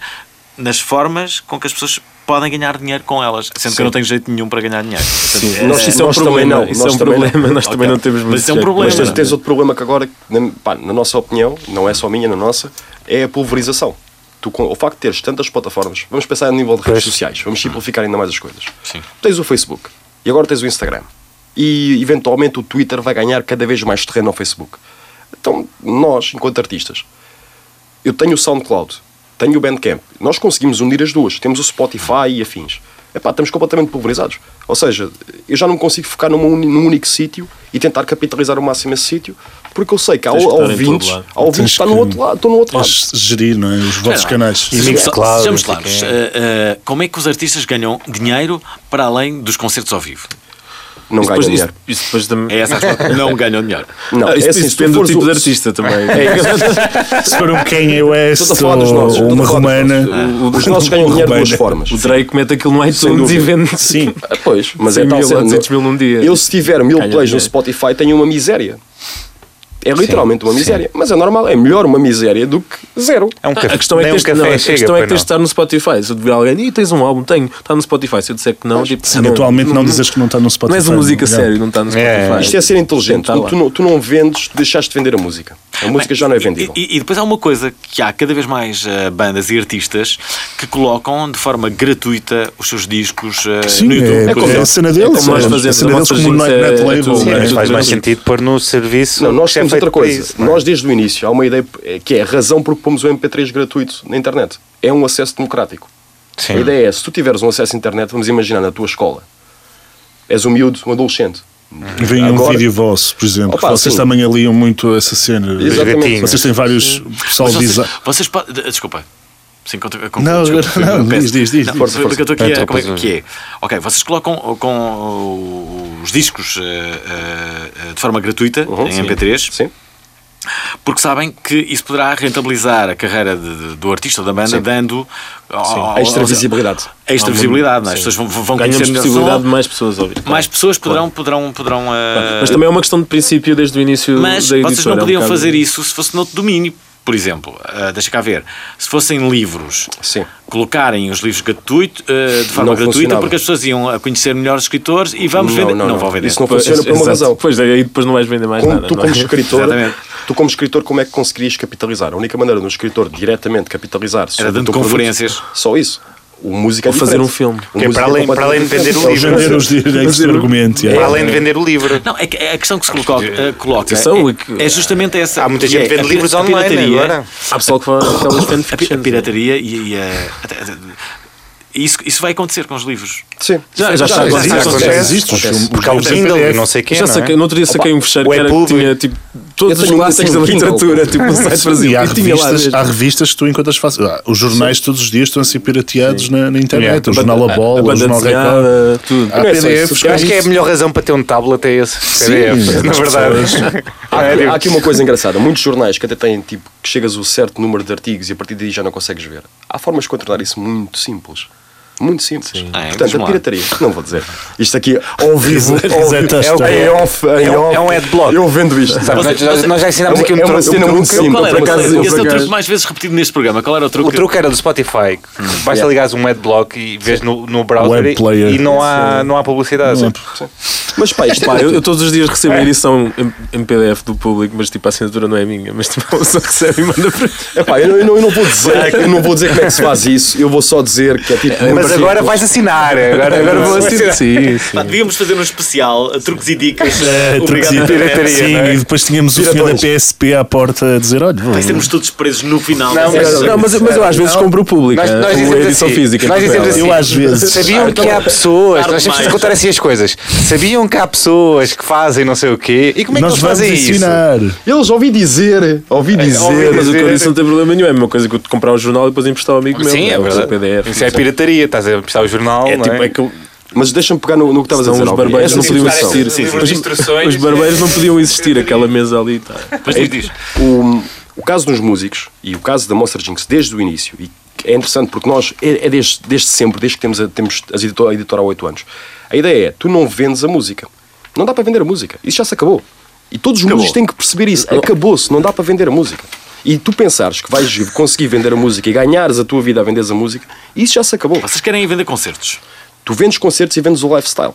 Speaker 2: nas formas com que as pessoas podem ganhar dinheiro com elas, sendo que eu não tenho jeito nenhum para ganhar dinheiro. Portanto, é-
Speaker 1: Nós-
Speaker 5: isso é um
Speaker 1: nós também
Speaker 5: problema.
Speaker 1: não,
Speaker 5: Isso
Speaker 1: nós
Speaker 5: é um
Speaker 1: também não.
Speaker 5: problema. Nós também
Speaker 2: Ok.
Speaker 5: não temos
Speaker 2: Mas
Speaker 5: muito
Speaker 2: isso é um
Speaker 5: jeito.
Speaker 2: problema.
Speaker 1: Mas tens,
Speaker 2: não é?
Speaker 1: tens outro problema que agora, na, pá, na nossa opinião, não é só minha, na nossa, é a pulverização. Tu, com, o facto de teres tantas plataformas, vamos pensar a nível de redes sociais, vamos simplificar ainda mais as coisas.
Speaker 2: Hum. Sim.
Speaker 1: Tens o Facebook e agora tens o Instagram. E eventualmente o Twitter vai ganhar cada vez mais terreno ao Facebook. Então, nós, enquanto artistas, eu tenho o SoundCloud, tenho o Bandcamp. Nós conseguimos unir as duas. Temos o Spotify e afins. Epá, estamos completamente pulverizados. Ou seja, eu já não consigo focar numa uni- num único sítio e tentar capitalizar ao máximo esse sítio, porque eu sei que há
Speaker 5: Tens que estar em
Speaker 1: ouvintes,
Speaker 5: todo lado.
Speaker 1: há ouvintes que está no
Speaker 3: que-
Speaker 1: outro lado, estão no outro lado.
Speaker 3: Podes gerir, não é? Os vossos
Speaker 2: Espera lá.
Speaker 3: canais.
Speaker 2: Sejamos só-
Speaker 6: claro,
Speaker 2: Sejamos
Speaker 6: não sei
Speaker 2: claros. eh, eh, como é que os artistas ganham dinheiro para além dos concertos ao vivo?
Speaker 1: Não
Speaker 5: Isso
Speaker 1: ganha
Speaker 5: depois,
Speaker 1: dinheiro.
Speaker 5: isso, isso depois também.
Speaker 2: É essa a resposta. Não ganham dinheiro.
Speaker 1: Não,
Speaker 5: isso,
Speaker 1: é assim,
Speaker 5: isso
Speaker 1: se É. tu
Speaker 5: depende do
Speaker 1: fores
Speaker 5: tipo
Speaker 1: o-
Speaker 5: de artista também.
Speaker 3: Se for um Kanye West
Speaker 1: Estou a
Speaker 3: ou
Speaker 1: falar dos nossos. estou a
Speaker 3: uma
Speaker 1: falar dos
Speaker 3: romana.
Speaker 1: nossos. Os nossos ganham dinheiro de duas
Speaker 3: Romana.
Speaker 1: formas.
Speaker 5: o Drake mete aquilo no iTunes e
Speaker 1: dúvida.
Speaker 5: vende.
Speaker 3: Sim.
Speaker 1: Ah, Pois, mas
Speaker 5: 100
Speaker 1: é tal
Speaker 5: mil ou
Speaker 1: cena.
Speaker 5: 200 mil num dia.
Speaker 1: Eu, se tiver mil
Speaker 5: Ganha
Speaker 1: plays no
Speaker 5: dinheiro.
Speaker 1: Spotify, tenho uma miséria. É literalmente uma miséria. Mas é normal, é melhor uma miséria do que zero.
Speaker 6: É um café.
Speaker 5: A questão é que
Speaker 6: nem um
Speaker 5: tens,
Speaker 6: café
Speaker 5: não, a
Speaker 6: chega,
Speaker 5: questão é que
Speaker 6: pois
Speaker 5: tens de estar no Spotify. Se eu te vir alguém, e tens um álbum, tenho, está no Spotify. Se eu disser que não, tipo,
Speaker 3: Sim, atualmente
Speaker 1: Uhum.
Speaker 3: não dizes que não é? está no Spotify.
Speaker 1: um
Speaker 5: Não és uma música
Speaker 3: Já.
Speaker 5: sério, não está no Spotify.
Speaker 6: É.
Speaker 1: Isto é ser inteligente.
Speaker 5: Tá lá.
Speaker 1: Tu, não, tu não vendes, tu deixaste de vender a música. A música já não é vendível.
Speaker 2: E, e- e depois há uma coisa que há cada vez mais eh, bandas e artistas que colocam de forma gratuita os seus discos eh,
Speaker 3: Sim,
Speaker 2: no YouTube.
Speaker 3: é,
Speaker 2: por
Speaker 3: é a
Speaker 2: exemplo.
Speaker 3: cena deles.
Speaker 5: como
Speaker 3: é,
Speaker 5: nós fazemos,
Speaker 3: a cena
Speaker 5: a
Speaker 3: deles
Speaker 5: nossa
Speaker 3: como
Speaker 5: gente
Speaker 3: net
Speaker 5: é-
Speaker 3: label.
Speaker 5: é
Speaker 3: não é?
Speaker 6: Mas faz
Speaker 5: tudo
Speaker 6: mais
Speaker 5: bem.
Speaker 6: sentido pôr no serviço.
Speaker 1: Não, nós
Speaker 6: que é
Speaker 1: temos
Speaker 6: feito
Speaker 1: outra
Speaker 6: para
Speaker 1: coisa.
Speaker 6: isso, não é?
Speaker 1: nós, desde o início, há uma ideia eh, que é a razão por que pomos o MP3 gratuito na internet. É um acesso democrático. A
Speaker 6: Sim.
Speaker 1: ideia é, se tu tiveres um acesso à internet, vamos imaginar na tua escola. És um miúdo, um adolescente.
Speaker 3: Vem um
Speaker 1: Agora-
Speaker 3: vídeo vosso, por exemplo.
Speaker 1: Opa,
Speaker 3: vocês
Speaker 1: sim.
Speaker 3: também aliam muito essa cena.
Speaker 1: Exatamente.
Speaker 3: Vocês têm vários. o Pessoal
Speaker 2: Mas
Speaker 3: diz.
Speaker 2: vocês, vocês po- de- Desculpa. Sim, contra, contra,
Speaker 3: Não,
Speaker 2: desculpa,
Speaker 3: não,
Speaker 2: foi-
Speaker 3: diz,
Speaker 2: peço.
Speaker 3: diz, diz.
Speaker 2: Não,
Speaker 3: Força,
Speaker 2: porque eu estou aqui a,
Speaker 6: Então,
Speaker 2: como é que-
Speaker 6: pois,
Speaker 2: que é? Ok, vocês colocam eh, com os discos eh, eh, eh, de forma gratuita
Speaker 1: Uhum,
Speaker 2: em
Speaker 1: sim.
Speaker 2: MP3.
Speaker 1: Sim.
Speaker 2: Porque sabem que isso poderá rentabilizar a carreira de- de- do artista ou da banda, dando ao- ao-
Speaker 1: A extra visibilidade.
Speaker 2: A extra visibilidade, não é? As pessoas vão, vão
Speaker 5: Ganhamos
Speaker 2: conhecer melhor
Speaker 5: possibilidade de
Speaker 2: som,
Speaker 5: mais pessoas ouvir.
Speaker 2: mais pessoas poderão, poderão, poderão. eh,
Speaker 5: Mas também é uma questão de princípio desde o início
Speaker 2: mas
Speaker 5: da editora.
Speaker 2: vocês não
Speaker 5: é um
Speaker 2: podiam
Speaker 5: bocado-
Speaker 2: fazer isso se fosse noutro domínio. por exemplo, ah, deixa cá ver, se fossem livros,
Speaker 1: Sim.
Speaker 2: colocarem os livros gratuito, ah, de forma
Speaker 1: Não
Speaker 2: gratuita,
Speaker 1: funcionava.
Speaker 2: porque as pessoas iam a conhecer melhores escritores e vamos
Speaker 1: Não,
Speaker 2: vender.
Speaker 1: não, não.
Speaker 2: vão vender.
Speaker 1: Isso não funciona por uma
Speaker 5: É, Exato.
Speaker 1: razão.
Speaker 5: Pois, daí depois não vais vender mais
Speaker 1: Como-
Speaker 5: nada.
Speaker 1: tu,
Speaker 5: não
Speaker 1: como
Speaker 5: é?
Speaker 1: escritor,
Speaker 2: Exatamente.
Speaker 1: tu, como escritor, como é que conseguirias capitalizar? A única maneira de um escritor diretamente capitalizar sobre
Speaker 2: Era
Speaker 1: o
Speaker 2: dando
Speaker 1: teu produto,
Speaker 2: conferências.
Speaker 1: só isso. O músico é
Speaker 5: Ou fazer
Speaker 1: diferente.
Speaker 5: um filme.
Speaker 1: O
Speaker 4: Que é
Speaker 1: músico
Speaker 4: para além- para além de
Speaker 1: completamente
Speaker 4: vender o
Speaker 1: diferente.
Speaker 4: livro.
Speaker 3: Vender os direitos de argumento.
Speaker 4: Para
Speaker 3: é. yeah.
Speaker 4: além de vender o livro.
Speaker 2: Não, é que é a questão que se coloca, eh, coloca
Speaker 5: Atenção,
Speaker 2: é,
Speaker 5: é que-
Speaker 2: é justamente essa.
Speaker 4: Há muita
Speaker 2: que
Speaker 4: gente
Speaker 2: é
Speaker 4: que vende
Speaker 2: a
Speaker 4: livros
Speaker 2: pira- a
Speaker 4: online
Speaker 2: pirataria-
Speaker 4: agora.
Speaker 5: Há pessoal que faz aquelas
Speaker 2: A, pi- a
Speaker 5: fanfictions.
Speaker 2: pirataria e, e a- até- até- Isso, isso vai acontecer com os livros.
Speaker 1: Sim.
Speaker 5: Já, já está.
Speaker 4: Já
Speaker 5: Já
Speaker 4: existe,
Speaker 5: está.
Speaker 4: acontece.
Speaker 3: existe. um- os filmes-
Speaker 4: Porque há o
Speaker 3: os
Speaker 4: Kindle e
Speaker 3: é PDF.
Speaker 4: não sei quem,
Speaker 5: Já
Speaker 4: não é?
Speaker 5: saquei, no outro dia saquei um fecheiro que, era, que
Speaker 4: Web Pub.
Speaker 5: tinha tipo,
Speaker 1: Eu
Speaker 5: todos os
Speaker 1: tenho um
Speaker 5: clássicos da
Speaker 1: Kindle.
Speaker 5: literatura, tipo um site
Speaker 3: E
Speaker 5: brasileiro.
Speaker 3: há
Speaker 5: E tinha lá
Speaker 3: revistas,
Speaker 5: mesmo.
Speaker 3: há revistas que tu encontras fácil. Ah, os jornais todos os dias estão a ser pirateados na, na internet.
Speaker 4: Yeah.
Speaker 3: O jornal A Bola, o
Speaker 5: banda
Speaker 3: jornal Record.
Speaker 5: desenhada, tudo.
Speaker 3: Há
Speaker 1: Não é só isso,
Speaker 3: PDFs.
Speaker 4: Eu acho que é a melhor razão para ter um tablet é esse. PDF, na
Speaker 3: as
Speaker 4: verdade.
Speaker 1: Há, há aqui uma coisa engraçada. Muitos jornais que até têm, tipo, que chegas a um certo número de artigos e a partir daí já não consegues ver. Há formas de contornar isso muito simples. Muito simples.
Speaker 2: Ah, é,
Speaker 1: Portanto,
Speaker 2: vamos
Speaker 1: a
Speaker 2: lá.
Speaker 1: pirataria. Não vou dizer. Isto aqui, ao vivo, ao vivo,
Speaker 3: Resetaste
Speaker 1: é, o-
Speaker 3: tudo.
Speaker 1: é off, é,
Speaker 4: É um-
Speaker 1: off.
Speaker 4: é um adblock.
Speaker 1: Eu vendo isto.
Speaker 4: Sabe, nós- nós, nós já ensinámos aqui um
Speaker 1: É uma
Speaker 4: truque.
Speaker 1: cena muito
Speaker 4: um truque.
Speaker 1: Sim,
Speaker 2: Qual
Speaker 1: por
Speaker 2: era?
Speaker 1: acaso,
Speaker 2: Esse
Speaker 1: por
Speaker 2: é o truque
Speaker 1: acaso.
Speaker 2: mais vezes repetido neste programa. Qual era o truque?
Speaker 4: O truque era do Spotify. que Basta ligares um adblock e vês no, no browser
Speaker 3: Web
Speaker 4: e-
Speaker 3: player.
Speaker 4: e não há, não há publicidade.
Speaker 3: Não há-
Speaker 1: Mas pá, isto é
Speaker 5: Pá, eu, eu todos os dias recebo a edição em, em PDF do público, mas tipo a assinatura não é minha, mas tipo a pessoa recebe e manda para.
Speaker 1: Epá, eu, não- eu não, eu não vou dizer, eu não vou dizer como é que se faz isso, eu vou só dizer que é tipo.
Speaker 4: Mas agora vais assinar. Agora, agora vou assinar.
Speaker 5: Sim,
Speaker 2: Pá,
Speaker 5: sim.
Speaker 2: devíamos fazer um especial, eh, truques e dicas. eh,
Speaker 3: É,
Speaker 2: Obrigado,
Speaker 3: truques e-
Speaker 2: Internet.
Speaker 4: pirataria,
Speaker 3: Sim,
Speaker 4: não é?
Speaker 3: e depois tínhamos o senhor da
Speaker 1: Piratões.
Speaker 3: PSP à porta a dizer: olha, vou-
Speaker 2: Vai sermos todos presos no final.
Speaker 4: Não,
Speaker 2: dessa
Speaker 4: mas-
Speaker 2: série.
Speaker 5: Não, mas, mas eu às vezes compro o público,
Speaker 4: Nós- nós
Speaker 5: eh,
Speaker 4: dizemos
Speaker 5: a edição
Speaker 4: assim,
Speaker 5: física.
Speaker 4: nós
Speaker 5: tipo,
Speaker 4: dizemos
Speaker 5: ela.
Speaker 4: assim,
Speaker 3: eu às vezes.
Speaker 4: Sabiam que há pessoas,
Speaker 2: Tarde
Speaker 4: nós temos que
Speaker 2: demais.
Speaker 4: contar assim as coisas. Sabiam que há pessoas que fazem não sei o quê. E como é que
Speaker 3: Nós
Speaker 4: eles
Speaker 3: vamos
Speaker 4: fazem isso?
Speaker 3: ensinar.
Speaker 1: Eles ouvi dizer, ouvi dizer.
Speaker 5: Mas o que eu
Speaker 4: dizer-
Speaker 5: disse não tem problema nenhum, é a mesma coisa que eu te comprar o jornal e depois emprestar ao amigo meu.
Speaker 4: Sim,
Speaker 5: não
Speaker 4: é
Speaker 5: Ou fazer
Speaker 4: verdade.
Speaker 5: PDF,
Speaker 4: Isso é
Speaker 5: não sei.
Speaker 4: pirataria, estás a prestar o jornal,
Speaker 5: É
Speaker 4: não
Speaker 5: tipo, é
Speaker 4: é?
Speaker 5: que eu-
Speaker 1: Mas deixa-me pegar no, no que estavas a dizer.
Speaker 5: Senão os
Speaker 1: Alvin.
Speaker 5: barbeiros
Speaker 1: Essa
Speaker 5: não
Speaker 1: tipo
Speaker 5: podiam
Speaker 1: de ação.
Speaker 5: existir.
Speaker 4: Livro de instruções.
Speaker 5: é Os barbeiros não podiam existir, aquela mesa ali. Tá.
Speaker 2: Mas diz, diz.
Speaker 1: o, o caso dos músicos e o caso da Monster Jinx desde o início, e é interessante porque nós, é, é desde, desde sempre, desde que temos, a, temos as editora, a editora há 8 anos, a ideia é, tu não vendes a música. Não dá para vender a música. Isso já se acabou. E todos os músicos têm que perceber isso. Acabou-se, não dá para vender a música. E tu pensares que vais conseguir vender a música e ganhares a tua vida a venderes a música, isso já se acabou.
Speaker 2: Vocês querem ir vender concertos?
Speaker 1: Tu vendes concertos e vendes o lifestyle.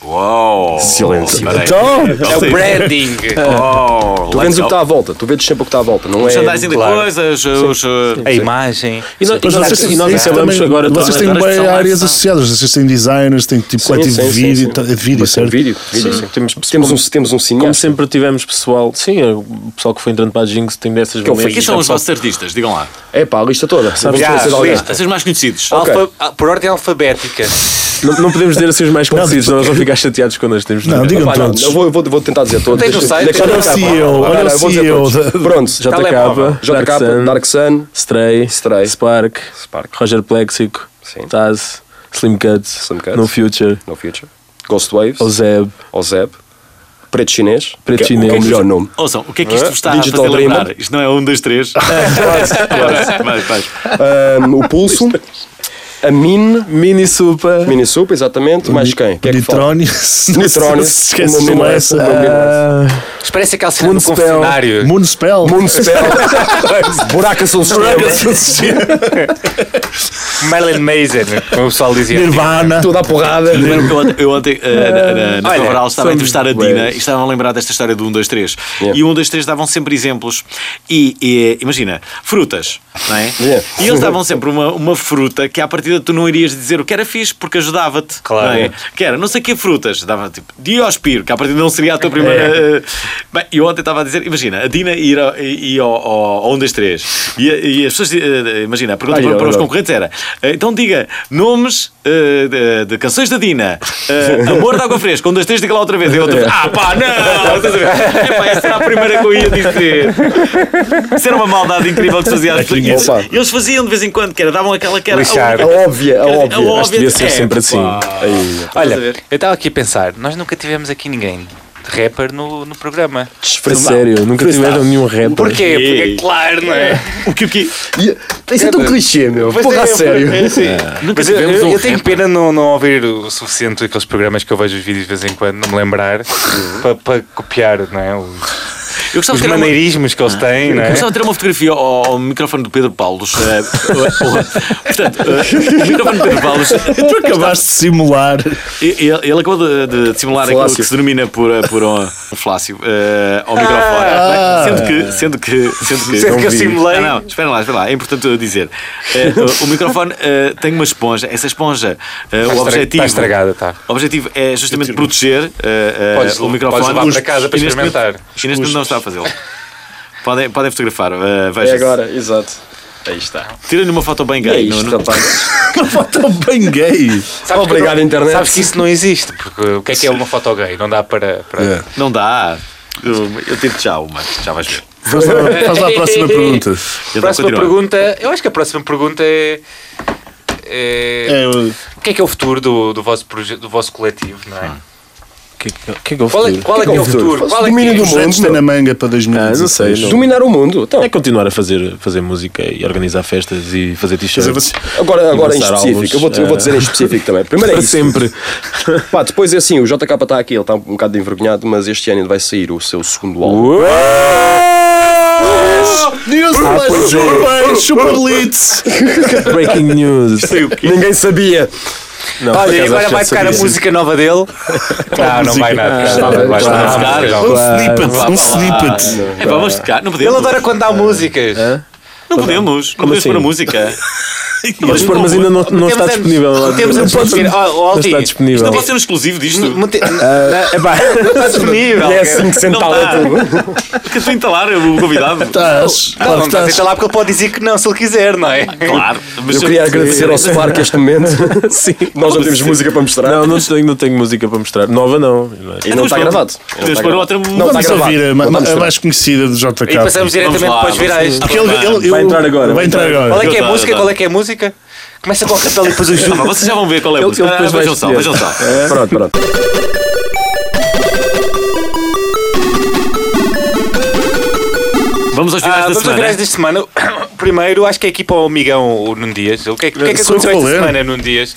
Speaker 2: Uau!
Speaker 1: Silêncio.
Speaker 2: Espera aí.
Speaker 3: Então,
Speaker 4: É o branding.
Speaker 2: Uau!
Speaker 1: Tu vendes o que está à volta, tu vendes sempre o que está à volta, não é?
Speaker 2: Merchandising de coisas, os... eh,
Speaker 4: A imagem.
Speaker 5: E nós, e
Speaker 3: Mas
Speaker 5: nós-
Speaker 3: vocês-
Speaker 5: e nós
Speaker 3: isso
Speaker 5: encerramos
Speaker 3: também-
Speaker 5: agora
Speaker 3: Vocês
Speaker 5: todas
Speaker 3: têm
Speaker 5: as
Speaker 3: bem
Speaker 5: áreas que são
Speaker 3: áreas
Speaker 5: lifestyle.
Speaker 3: associadas, vocês têm designers, têm tipo coletivo de vídeo, tá- de vídeo,
Speaker 1: Mas tem
Speaker 3: certo?
Speaker 1: um vídeo, vídeo, sim. Temos,
Speaker 5: Temos pessoal-
Speaker 1: um, temos um
Speaker 5: Como
Speaker 1: cineasta.
Speaker 5: sempre tivemos pessoal, sim, é o pessoal que foi entrando para a Jinx tem dessas
Speaker 1: eu
Speaker 5: valências.
Speaker 2: Quem são os vossos artistas? Digam lá.
Speaker 1: É pá, a lista toda. Sabes
Speaker 4: Já,
Speaker 1: conhecer alguém.
Speaker 4: lista.
Speaker 2: Vocês mais conhecidos.
Speaker 4: Alfa- ah, por ordem alfabética.
Speaker 5: Não, não podemos dizer assim os mais conhecidos, senão eles vão ficar chateados connosco. Temos é? de-
Speaker 3: Não, digam
Speaker 1: Pá, não,
Speaker 3: todos.
Speaker 1: eu vou, eu vou, vou tentar dizer todos.
Speaker 4: Tens no
Speaker 1: Deixa-
Speaker 4: site?
Speaker 1: deixa-
Speaker 4: Olha o
Speaker 1: deixa-
Speaker 3: CEO,
Speaker 1: Pá,
Speaker 3: olha
Speaker 1: não,
Speaker 3: o
Speaker 1: eu vou dizer
Speaker 3: CEO
Speaker 1: todos.
Speaker 3: da-
Speaker 1: Pronto,
Speaker 5: JK,
Speaker 4: Telemóvel.
Speaker 5: Dark
Speaker 1: JK,
Speaker 5: Sun,
Speaker 1: Dark Sun,
Speaker 5: Stray,
Speaker 1: Stray,
Speaker 5: Spark,
Speaker 1: Spark.
Speaker 5: Roger Plexico,
Speaker 1: Sim.
Speaker 5: Taz, Slim Cuts,
Speaker 1: Slim Cuts.
Speaker 5: No Future,
Speaker 1: No Future, Ghost Waves,
Speaker 5: Ozeb,
Speaker 1: Ozeb, Preto Chinês,
Speaker 5: Preto
Speaker 1: que é- que é o
Speaker 5: Chinês.
Speaker 1: melhor nome.
Speaker 2: Ouçam, o que é que isto vos está a
Speaker 1: Digital
Speaker 2: fazer
Speaker 1: Dreamer.
Speaker 2: lembrar? Isto não é um, dois, três. Vai, vai.
Speaker 1: Ahm, Um, o Pulso, a Min,
Speaker 5: Mini Supa,
Speaker 1: Mini Supa, exatamente, mais quem? Quem é que fala?
Speaker 3: Nitronius.
Speaker 1: Nitronius,
Speaker 3: Se
Speaker 1: o
Speaker 3: esquece
Speaker 1: meu
Speaker 3: não
Speaker 1: nome
Speaker 3: é
Speaker 1: é-
Speaker 3: essa.
Speaker 1: o meu nome é-
Speaker 5: Ah.
Speaker 4: Isto parece aquela cena do
Speaker 5: Moonspell.
Speaker 4: confessionário.
Speaker 3: Moonspell.
Speaker 1: Moonspell, Buraca Soul Sistema,
Speaker 4: Marilyn Mason, como o pessoal dizia.
Speaker 3: Nirvana.
Speaker 1: toda a porrada.
Speaker 2: Lembro que eu ontem, eu ontem, eh, na- na- na
Speaker 4: Olha,
Speaker 2: Covaral estava a
Speaker 5: são
Speaker 2: entrevistar a Dina
Speaker 5: bués.
Speaker 2: e estavam a lembrar desta história do 1, 2, 3.
Speaker 1: Yeah.
Speaker 2: E o 1, 2, 3 davam sempre exemplos. E, e, imagina, frutas, não é?
Speaker 1: Yeah.
Speaker 2: E eles davam sempre uma, uma fruta que à partida tu não irias dizer o que era fixe porque ajudava-te.
Speaker 4: Claro.
Speaker 2: não é? Que era, não sei que frutas. Dava tipo, diospiro, que à partida não seria a tua primeira. eh, Bem, e eu ontem estava a dizer, imagina, a Dina ir ao, ia ao, ao, ao 1, 2, 3. E, a- e as pessoas, eh, imagina, a pergunta
Speaker 1: Ai,
Speaker 2: para,
Speaker 1: eu
Speaker 2: para os
Speaker 1: adoro.
Speaker 2: concorrentes era: eh, então diga nomes eh, de, de canções da Dina, Eh, Amor de Água Fresca, um, dois, três, diga lá outra vez. E a outra vez, ah pá, não! Estás a ver? Epá, essa era a primeira que eu ia dizer. Isso era uma maldade incrível que se fazia às pessoas.
Speaker 1: Opa.
Speaker 2: Eles, eles faziam de vez em quando, que era, davam aquela que era.
Speaker 4: Lixar.
Speaker 1: A óbvia, a
Speaker 4: É
Speaker 1: óbvia.
Speaker 2: óbvia.
Speaker 5: acho que devia ser
Speaker 2: É,
Speaker 5: sempre
Speaker 2: pá.
Speaker 5: assim.
Speaker 1: Aí,
Speaker 4: Olha,
Speaker 2: a ver?
Speaker 4: eu estava aqui a pensar, nós nunca tivemos aqui ninguém de rapper no, no programa.
Speaker 5: A sério, nunca tiveram nenhum rapper.
Speaker 4: Porquê? Porque
Speaker 2: Ei.
Speaker 4: é claro, não é?
Speaker 2: O que o que? assim.
Speaker 1: E- Isso é tão clichê, meu.
Speaker 4: Pois
Speaker 1: Porra,
Speaker 4: é,
Speaker 1: a sério.
Speaker 4: pois é, sim.
Speaker 2: Nunca
Speaker 4: Mas eu,
Speaker 2: tivemos
Speaker 4: eu-
Speaker 2: um
Speaker 4: eu tenho
Speaker 2: rapper.
Speaker 4: pena não, não ouvir o suficiente aqueles programas que eu vejo os vídeos de vez em quando, não me lembrar, para copiar, não é? Os-
Speaker 2: Eu gostava
Speaker 4: Os
Speaker 2: de ter uma-
Speaker 4: maneirismos que eles têm, não
Speaker 2: Eu
Speaker 4: é?
Speaker 2: gostava de ter uma fotografia ao, ao microfone do Pedro Paulos. Eh, Portanto, eh, o microfone do Pedro Paulos.
Speaker 3: Tu acabaste de simular.
Speaker 2: Ele, ele acabou de, de simular aquilo
Speaker 1: Flácio.
Speaker 2: que se denomina por, por um, um flácio eh, ao microfone. Sendo que. Sendo que. Sendo que,
Speaker 4: Sendo que eu simulei.
Speaker 2: Ah, não, espera lá, espera lá. É importante eu dizer. Eh, o- o microfone eh, tem uma esponja. Essa esponja, eh, o
Speaker 4: estra-
Speaker 2: objetivo.
Speaker 4: está estragada, tá.
Speaker 2: O objetivo é justamente proteger eh, eh,
Speaker 4: Podes-
Speaker 2: o microfone.
Speaker 4: podes levar
Speaker 2: Os-
Speaker 4: para casa para
Speaker 2: e neste momento-
Speaker 4: experimentar.
Speaker 2: E neste momento não está a fazê-lo. Podem, podem fotografar, eh,
Speaker 1: É
Speaker 2: vejam.
Speaker 1: agora, exato. Aí está.
Speaker 2: Tira-lhe uma foto bem
Speaker 1: E é
Speaker 2: gay,
Speaker 1: isto,
Speaker 2: Nuno.
Speaker 1: rapaz.
Speaker 3: Foto bem gay.
Speaker 4: Sabes que
Speaker 1: Obrigado,
Speaker 4: não-
Speaker 1: internet.
Speaker 4: Sabes que isso não existe, porque o que é que é uma foto gay? Não dá para. para-
Speaker 3: É.
Speaker 2: Não dá. Eu, eu tiro já uma, já vais ver.
Speaker 3: Faz lá, faz lá a próxima pergunta.
Speaker 2: Eu
Speaker 4: próxima
Speaker 2: continuo.
Speaker 4: pergunta, eu acho que a próxima pergunta é. é-
Speaker 3: É, eu-
Speaker 4: O que é que é o futuro do, do, vosso, proje- do vosso coletivo, não é?
Speaker 5: O que, é que- o que é que eu
Speaker 4: Qual é,
Speaker 5: futuro?
Speaker 4: qual é que é o futuro? Qual é que
Speaker 1: Domínio
Speaker 4: é?
Speaker 1: do
Speaker 3: Os Santos tem
Speaker 1: mundo.
Speaker 3: na manga para
Speaker 5: Ah,
Speaker 3: 2016.
Speaker 5: não sei, não-
Speaker 1: Dominar o mundo. Então,
Speaker 5: É continuar a fazer, fazer música e organizar festas e fazer
Speaker 3: Fazer
Speaker 5: t-shirts.
Speaker 3: você-
Speaker 1: agora, agora em
Speaker 5: lançar álbuns,
Speaker 1: específico, eu vou, eu vou dizer em específico também. Primeiro é
Speaker 5: Para
Speaker 1: isso.
Speaker 5: sempre.
Speaker 1: Pá, depois é assim, o JK está aqui, ele está um bocado envergonhado, mas este ano ele vai sair o seu segundo álbum.
Speaker 3: Diga-se lá, chupa bem, chupa Blitz.
Speaker 5: Breaking news.
Speaker 1: é Ninguém sabia.
Speaker 5: Não, por
Speaker 4: Olha, e
Speaker 5: acaso
Speaker 4: agora
Speaker 5: acho que
Speaker 4: vai
Speaker 5: já
Speaker 4: tocar a
Speaker 5: sabia.
Speaker 4: música nova dele? Não, não vai nada. cara, não Ah, vai nada,
Speaker 5: vai tocar,
Speaker 4: não vai
Speaker 2: vai
Speaker 4: nada.
Speaker 3: Um
Speaker 5: Claro,
Speaker 3: snippet, um snippet.
Speaker 2: É, pá, vamos tocar.
Speaker 4: Ele
Speaker 2: Não podemos.
Speaker 4: adora quando dá músicas.
Speaker 2: Não podemos. Não
Speaker 5: Como
Speaker 2: podemos
Speaker 5: assim?
Speaker 2: pôr a música.
Speaker 5: Mas, pô, mas ainda não, não está disponível.
Speaker 4: Temos a disponível. Ó,
Speaker 5: Não
Speaker 4: Aldi,
Speaker 5: está disponível.
Speaker 2: Isto não pode ser um exclusivo disto.
Speaker 4: mete-
Speaker 1: tá
Speaker 4: Não está disponível.
Speaker 1: É assim que
Speaker 2: tá Não
Speaker 1: sentava
Speaker 2: dá. Porque estou a entalar o convidado.
Speaker 3: Estás.
Speaker 4: Não,
Speaker 2: tá
Speaker 4: não está a aceitar lá porque ele pode dizer que não, se ele quiser, não é?
Speaker 2: Claro. Mas
Speaker 1: Eu queria agradecer ao Spark este momento. Sim. Nós não temos música para mostrar.
Speaker 5: Não, não tenho, não tenho música para mostrar. Nova não.
Speaker 1: E não está
Speaker 2: Podemos pôr-
Speaker 1: gravado. Não
Speaker 2: Então, Podemos
Speaker 1: está
Speaker 2: pôr
Speaker 1: gravado.
Speaker 2: outra
Speaker 1: Não
Speaker 3: Vamos
Speaker 1: está gravado.
Speaker 3: ouvir a,
Speaker 1: Não está
Speaker 3: ma- a
Speaker 1: mostrado.
Speaker 3: mais conhecida do JK.
Speaker 4: E passamos diretamente
Speaker 2: Vamos lá, tá,
Speaker 4: para os virais.
Speaker 2: vamos
Speaker 3: Porque ele- ele- eu-
Speaker 5: Vai entrar agora.
Speaker 3: Vai entrar agora.
Speaker 4: Qual é que é a
Speaker 2: Dá,
Speaker 4: música?
Speaker 2: dá.
Speaker 4: Qual é que é a música? Começa com o rapel e depois o
Speaker 2: Ah, pá,
Speaker 4: Júlio.
Speaker 2: Vocês já vão ver qual é a
Speaker 5: Ele-
Speaker 2: música.
Speaker 5: ele depois
Speaker 2: Ah,
Speaker 5: vai
Speaker 2: Vejam só,
Speaker 5: escolher.
Speaker 2: vejam só.
Speaker 1: É. Pronto, pronto.
Speaker 2: Vamos aos
Speaker 4: Ah,
Speaker 2: finais da
Speaker 4: vamos aos virais
Speaker 2: semana.
Speaker 4: desta semana. Primeiro, acho que é aqui para o amigão, o Nuno Dias. O que é que, o que, é que
Speaker 3: Sou eu
Speaker 4: aconteceu
Speaker 3: que
Speaker 4: esta
Speaker 3: vou ler.
Speaker 4: semana, Nuno Dias?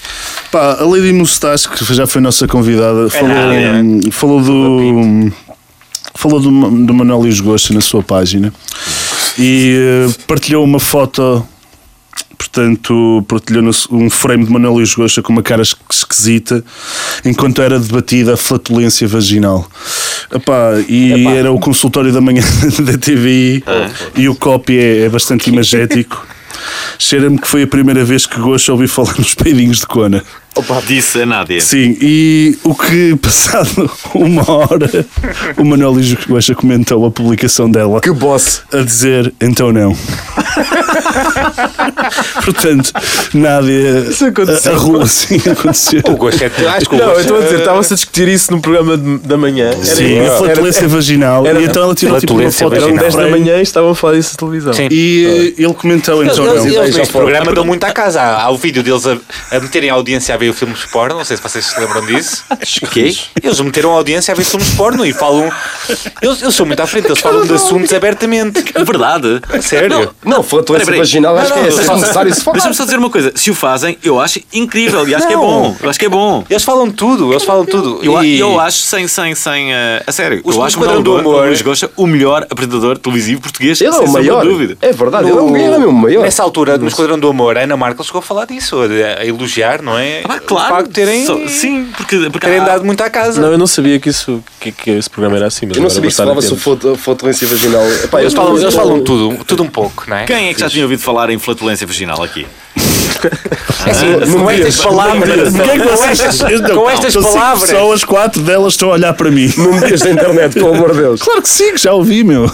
Speaker 3: Pá, a Lady Mustache, que já foi nossa convidada, falou,
Speaker 4: nada, é.
Speaker 3: hum, falou do. Falou do, Ma- do Manuel e os Gostos na sua página e eh, partilhou uma foto, portanto, partilhou no- um frame de Manuel e os Gostos com uma cara es- esquisita enquanto era debatida a flatulência vaginal. Epá, e era o consultório da manhã da TVI e o copy é, é bastante imagético. Cheira-me que foi a primeira vez que Gosto ouvi falar nos peidinhos de Cona.
Speaker 2: Disse a Nádia.
Speaker 3: Sim, e o que passado uma hora o Manuel Luís Coxa comentou a publicação dela
Speaker 1: Que boss.
Speaker 3: a dizer então não. Portanto, Nádia a, a rua assim aconteceu.
Speaker 4: O gosto é teu. Acho que o
Speaker 5: Não, eu
Speaker 4: gosto-
Speaker 5: estou a dizer, estava-se a discutir isso no programa de- da manhã. Era
Speaker 3: Sim, a
Speaker 5: isso. Era,
Speaker 3: flatulência vaginal.
Speaker 5: era-
Speaker 3: e então ela tirou tipo uma
Speaker 4: Flatulência
Speaker 3: foto
Speaker 5: eram
Speaker 4: vaginal.
Speaker 5: 10 da manhã e estavam a falar isso na televisão.
Speaker 4: Sim.
Speaker 3: E ele comentou então
Speaker 4: Eles,
Speaker 3: não.
Speaker 4: eles
Speaker 1: já
Speaker 4: neste
Speaker 1: foram.
Speaker 4: programa dão muito à casa. Há, há o vídeo deles a, a meterem a audiência a ver filmes porno. Não sei se vocês se lembram disso. é?
Speaker 2: O quê?
Speaker 4: Eles meteram a audiência a ver filmes porno e falam. Eles, eles são muito à frente, eles falam de assuntos abertamente.
Speaker 2: Verdade.
Speaker 4: Sério?
Speaker 1: Não,
Speaker 2: Peraí,
Speaker 1: flatulência
Speaker 2: peraí.
Speaker 1: vaginal, acho que é
Speaker 2: Não, não,
Speaker 1: necessário se falar.
Speaker 2: Deixa-me só dizer uma coisa. Se o fazem, eu acho incrível. E acho que é
Speaker 4: Não.
Speaker 2: bom. Eu acho que é bom.
Speaker 4: Eles falam de tudo, eles falam de tudo.
Speaker 2: Eu, a-
Speaker 4: E-
Speaker 2: eu acho, sem, sem, sem. eh, a sério,
Speaker 4: Os
Speaker 2: eu acho que
Speaker 4: Esquadrão
Speaker 2: o
Speaker 4: do
Speaker 2: Manuel Gosta-
Speaker 4: Amor.
Speaker 2: o Luís Gosta o melhor apresentador televisivo português.
Speaker 1: Ele é
Speaker 2: sem
Speaker 1: o
Speaker 2: sombra de
Speaker 1: maior.
Speaker 2: dúvida.
Speaker 1: É verdade, ele é
Speaker 4: No-
Speaker 1: o- ele é o maior.
Speaker 4: Ah, Nessa altura, no Esquadrão do Amor, a Ana Markel chegou a falar disso, a, a elogiar, não é?
Speaker 2: Ah, pá,
Speaker 4: O
Speaker 2: claro.
Speaker 4: facto de terem,
Speaker 2: Só- sim, porque, porque
Speaker 4: terem
Speaker 2: há-
Speaker 4: dado muito à casa.
Speaker 5: Não, eu não sabia que, isso, que, que esse programa era assim. Mas
Speaker 1: Eu não
Speaker 5: agora
Speaker 1: sabia que se
Speaker 5: passaram
Speaker 1: falava
Speaker 5: a
Speaker 1: sobre
Speaker 5: tempo.
Speaker 1: flat- flatulência vaginal. Epá,
Speaker 4: Eles
Speaker 1: eu-
Speaker 4: falam, eles falam tudo, tudo um pouco, não é?
Speaker 2: Quem é que já tinha ouvido falar em flatulência vaginal aqui?
Speaker 1: Não é estas palavras.
Speaker 3: Porquê que vocês- não,
Speaker 4: com estas
Speaker 3: são cinco
Speaker 4: palavras.
Speaker 3: pessoas, quatro delas estão a olhar para mim.
Speaker 1: Não me digas da internet, pelo amor de Deus.
Speaker 3: Claro que sim, que já ouvi, meu.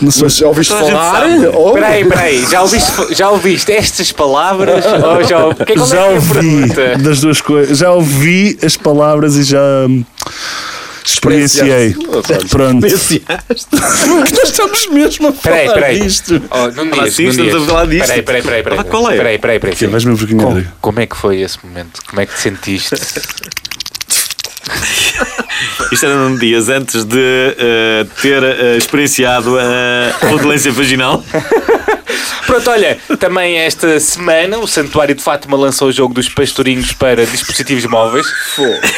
Speaker 3: Não sou-
Speaker 1: Mas já ouviste
Speaker 2: Toda a gente
Speaker 1: falar?
Speaker 2: sabe.
Speaker 1: Ou-
Speaker 4: Peraí, peraí, já ouviste, já ouviste estas palavras? Ou já, o que é, qual
Speaker 3: já
Speaker 4: é que é a
Speaker 3: ouvi
Speaker 4: pergunta?
Speaker 3: das duas coisas. Já ouvi as palavras e já hum, experienciei.
Speaker 1: Experienciaste.
Speaker 3: Pronto. Nós estamos mesmo a falar
Speaker 4: Peraí, peraí.
Speaker 3: disto.
Speaker 4: Oh, não
Speaker 6: é
Speaker 2: Pá,
Speaker 4: diz,
Speaker 2: sim,
Speaker 4: não
Speaker 2: estamos
Speaker 4: diz.
Speaker 2: a falar disto.
Speaker 4: Peraí, peraí, peraí, peraí.
Speaker 2: Ah, qual é?
Speaker 4: Peraí, peraí, peraí.
Speaker 3: Que vais-me um envergonhar.
Speaker 4: Como, como é que foi esse momento? Como é que te sentiste?
Speaker 2: Isto era num dias antes de eh, ter eh, experienciado a flatulência vaginal.
Speaker 4: Pronto, olha, também esta semana o Santuário de Fátima lançou o jogo dos pastorinhos para dispositivos móveis.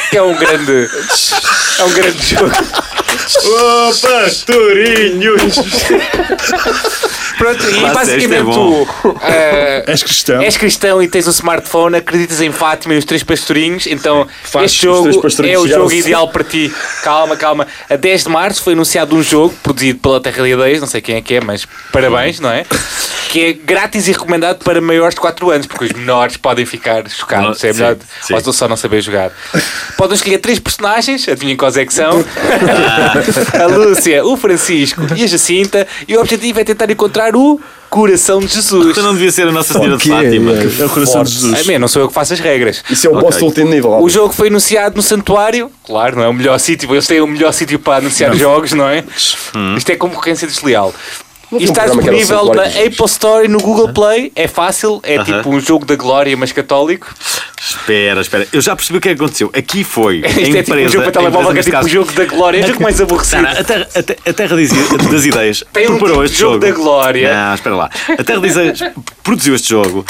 Speaker 4: Que é um grande. É um grande jogo.
Speaker 2: Oh, Opa, Turinhos!
Speaker 6: Pronto, e
Speaker 2: Mas este é
Speaker 6: basicamente
Speaker 2: bom.
Speaker 6: tu eh,
Speaker 3: És cristão.
Speaker 6: és cristão e tens um smartphone, acreditas em Fátima e os três pastorinhos, então
Speaker 1: Faz
Speaker 6: este
Speaker 1: os
Speaker 6: jogo
Speaker 1: três pastorinhos
Speaker 6: é o
Speaker 1: chegar
Speaker 6: jogo
Speaker 1: ao-
Speaker 6: ideal para ti. Calma, calma. A 10 de março foi anunciado um jogo produzido pela Terra de Ideias, não sei quem é que é, mas parabéns, não é? Que é grátis e recomendado para maiores de 4 anos, porque os menores podem ficar chocados.
Speaker 2: Não,
Speaker 6: É
Speaker 2: sim,
Speaker 6: melhor
Speaker 2: sim.
Speaker 6: ou só não saber jogar. Podem escolher três personagens, adivinhem quais é que são:
Speaker 2: Ah.
Speaker 6: a Lúcia, o Francisco e a Jacinta, e o objetivo é tentar encontrar o coração de Jesus.
Speaker 2: Então não devia ser a Nossa Senhora de
Speaker 1: que é,
Speaker 2: Fátima.
Speaker 1: é.
Speaker 3: É o coração de
Speaker 6: Ai,
Speaker 3: Jesus.
Speaker 6: man, não sou eu que faço as regras.
Speaker 1: Isso é o boss do último nível.
Speaker 6: O jogo foi anunciado no Santuário. Claro, não é o melhor sítio. Eles têm o melhor sítio para anunciar jogos, não é? Isto é concorrência desleal.
Speaker 1: Não
Speaker 6: E
Speaker 1: tinha um
Speaker 6: está
Speaker 1: programa que era o
Speaker 6: disponível na
Speaker 1: Santuário dos
Speaker 6: Apple Store e no Google Play. É fácil. É tipo um jogo da glória, mas católico.
Speaker 2: Espera, espera. Eu já percebi o que é que aconteceu. Aqui foi. A
Speaker 6: Isto é tipo um
Speaker 2: empresa,
Speaker 6: jogo
Speaker 2: a
Speaker 6: para
Speaker 2: empresa,
Speaker 6: telemóvel que é
Speaker 2: neste
Speaker 6: tipo um
Speaker 2: caso-
Speaker 6: jogo da glória. É o jogo mais
Speaker 2: Não,
Speaker 6: aborrecido.
Speaker 2: não, a terra, a te- a terra das i- das ideias
Speaker 6: Tem um
Speaker 2: preparou
Speaker 6: tipo
Speaker 2: este
Speaker 6: de jogo
Speaker 2: jogo.
Speaker 6: da glória.
Speaker 2: Não, espera lá. A terra das ideias produziu este jogo.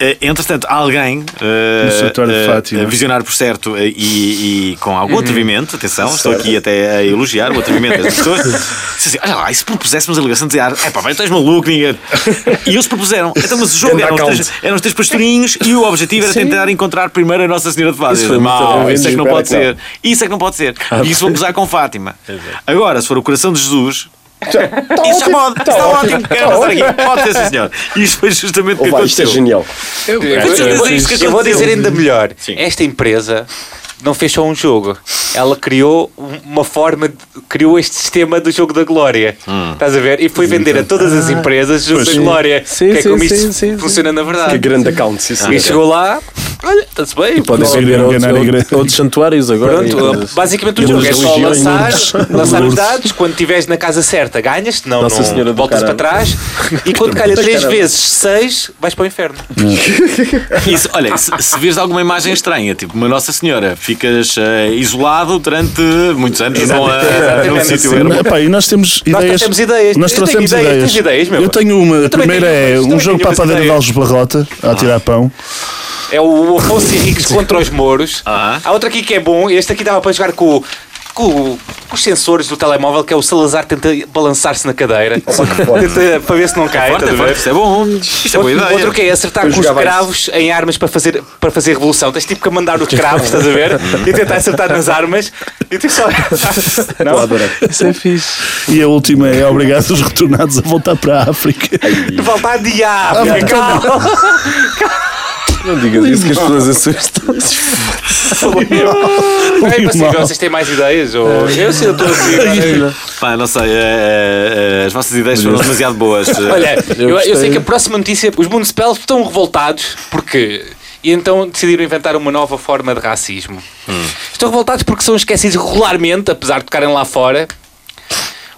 Speaker 2: Eh, Entretanto, alguém eh,
Speaker 3: No Santuário de
Speaker 2: eh,
Speaker 3: Fátima.
Speaker 2: visionário por certo eh, e, e com
Speaker 6: Uhum.
Speaker 2: algum atrevimento, atenção, estou aqui até a elogiar o atrevimento das pessoas. Disse assim, olha lá, e se propuséssemos a ligação de dizer, é pá, mas tu és maluco, ninguém. E eles propuseram, então, mas o jogo
Speaker 1: Ganda
Speaker 2: eram os,
Speaker 1: account.
Speaker 6: um
Speaker 2: três, eram os três pastorinhos e o objetivo era tentar encontrar primeiro a Nossa Senhora de Fátima.
Speaker 5: Isso foi muito
Speaker 2: Mau,
Speaker 5: atrevente,
Speaker 2: isso é que não
Speaker 1: espera
Speaker 2: pode
Speaker 1: que não.
Speaker 2: ser. Isso é que não pode ser. E isso vamos usar com Fátima. Agora, se for o coração de Jesus. Isso já pode, está ótimo, quero passar aqui. Pode ser, sim, senhor. E isto foi justamente o que
Speaker 1: Opa, isto é
Speaker 2: aconteceu.
Speaker 1: genial.
Speaker 6: Eu vou-
Speaker 2: Vocês
Speaker 6: eu vou-
Speaker 2: dizem isto que
Speaker 6: Eu vou
Speaker 2: aconteceu.
Speaker 6: dizer ainda melhor.
Speaker 2: Sim.
Speaker 6: Esta empresa não fez só um jogo. Ela criou um- uma forma, de- criou este sistema do jogo da glória. Estás a ver? E foi vender a todas as empresas o jogo da glória.
Speaker 5: Ah. Sim,
Speaker 6: que é
Speaker 5: sim,
Speaker 6: como
Speaker 5: sim,
Speaker 6: isto
Speaker 5: sim, sim.
Speaker 6: funciona na verdade.
Speaker 1: Que grande account, sim,
Speaker 6: E
Speaker 1: senhor.
Speaker 6: Ah, chegou lá, olha, está-se bem.
Speaker 5: Podem
Speaker 3: Não,
Speaker 5: ser
Speaker 3: não, não,
Speaker 5: outros,
Speaker 3: não.
Speaker 5: outros santuários agora.
Speaker 6: Pronto, eh,
Speaker 5: Coisas.
Speaker 6: basicamente o
Speaker 5: E
Speaker 6: jogo é
Speaker 5: umas
Speaker 6: só
Speaker 5: religiões,
Speaker 6: lançar,
Speaker 5: umas-
Speaker 6: lançar os
Speaker 5: Lourdes.
Speaker 6: dados, quando estiveres na casa certa ganhas, senão
Speaker 5: Nossa Senhora
Speaker 6: não
Speaker 5: do
Speaker 6: voltas para
Speaker 5: Caralho.
Speaker 6: trás e quando calha 3 vezes 6 vais para o inferno.
Speaker 2: Isso, olha, se, se vires alguma imagem estranha, tipo uma Nossa Senhora, ficas eh, isolado durante muitos anos numa- num
Speaker 6: exatamente.
Speaker 2: sítio
Speaker 3: Sim,
Speaker 2: ermo.
Speaker 3: mas, pá, e nós temos ideias.
Speaker 6: trouxemos ideias.
Speaker 3: Nós
Speaker 6: Eu tenho
Speaker 3: trouxemos
Speaker 6: ideias,
Speaker 3: ideias.
Speaker 6: tens ideias, meu?
Speaker 3: Eu tenho uma. A
Speaker 6: também
Speaker 3: primeira
Speaker 6: tenho
Speaker 3: é
Speaker 6: ideias,
Speaker 3: um
Speaker 6: também
Speaker 3: jogo
Speaker 6: tenho
Speaker 3: para a
Speaker 6: umas
Speaker 3: padaria de
Speaker 6: ideias. Ah.
Speaker 3: Alves Barrota, a tirar pão.
Speaker 6: É o Afonso Henriques contra os Mouros.
Speaker 2: Ah.
Speaker 6: Há outro aqui que é bom. Este aqui dava para jogar com, o- com, o- com os sensores do telemóvel, que é o Salazar tenta balançar-se na cadeira. tenta, para ver se não cai.
Speaker 2: Forte,
Speaker 6: estás a ver?
Speaker 2: forte, Isto é bom, isto é boa
Speaker 6: Outro,
Speaker 2: ideia.
Speaker 6: outro que é acertar
Speaker 1: Eu
Speaker 6: com os
Speaker 1: jogava isso.
Speaker 6: cravos em armas para fazer, para fazer revolução. Tens tipo que mandar os cravos, estás a ver? E tentar acertar nas armas. E tens só. Não?
Speaker 5: Isso é fixe.
Speaker 3: E a última é obrigado os retornados a voltar para a África.
Speaker 6: Voltar a
Speaker 1: Ah,
Speaker 6: diabo!
Speaker 1: então
Speaker 6: calma!
Speaker 5: Não digas isso que as pessoas assustam.
Speaker 6: É possível,
Speaker 3: Limão.
Speaker 6: vocês têm mais ideias? Ou... Eu sei, eu estou assim.
Speaker 2: Pá, não sei, eh, eh, as vossas ideias foram demasiado boas.
Speaker 6: Olha, eu, eu
Speaker 5: gostei.
Speaker 6: sei que a próxima notícia, os municipais estão revoltados porque e então decidiram inventar uma nova forma de racismo. Estão revoltados porque são esquecidos regularmente, apesar de tocarem lá fora.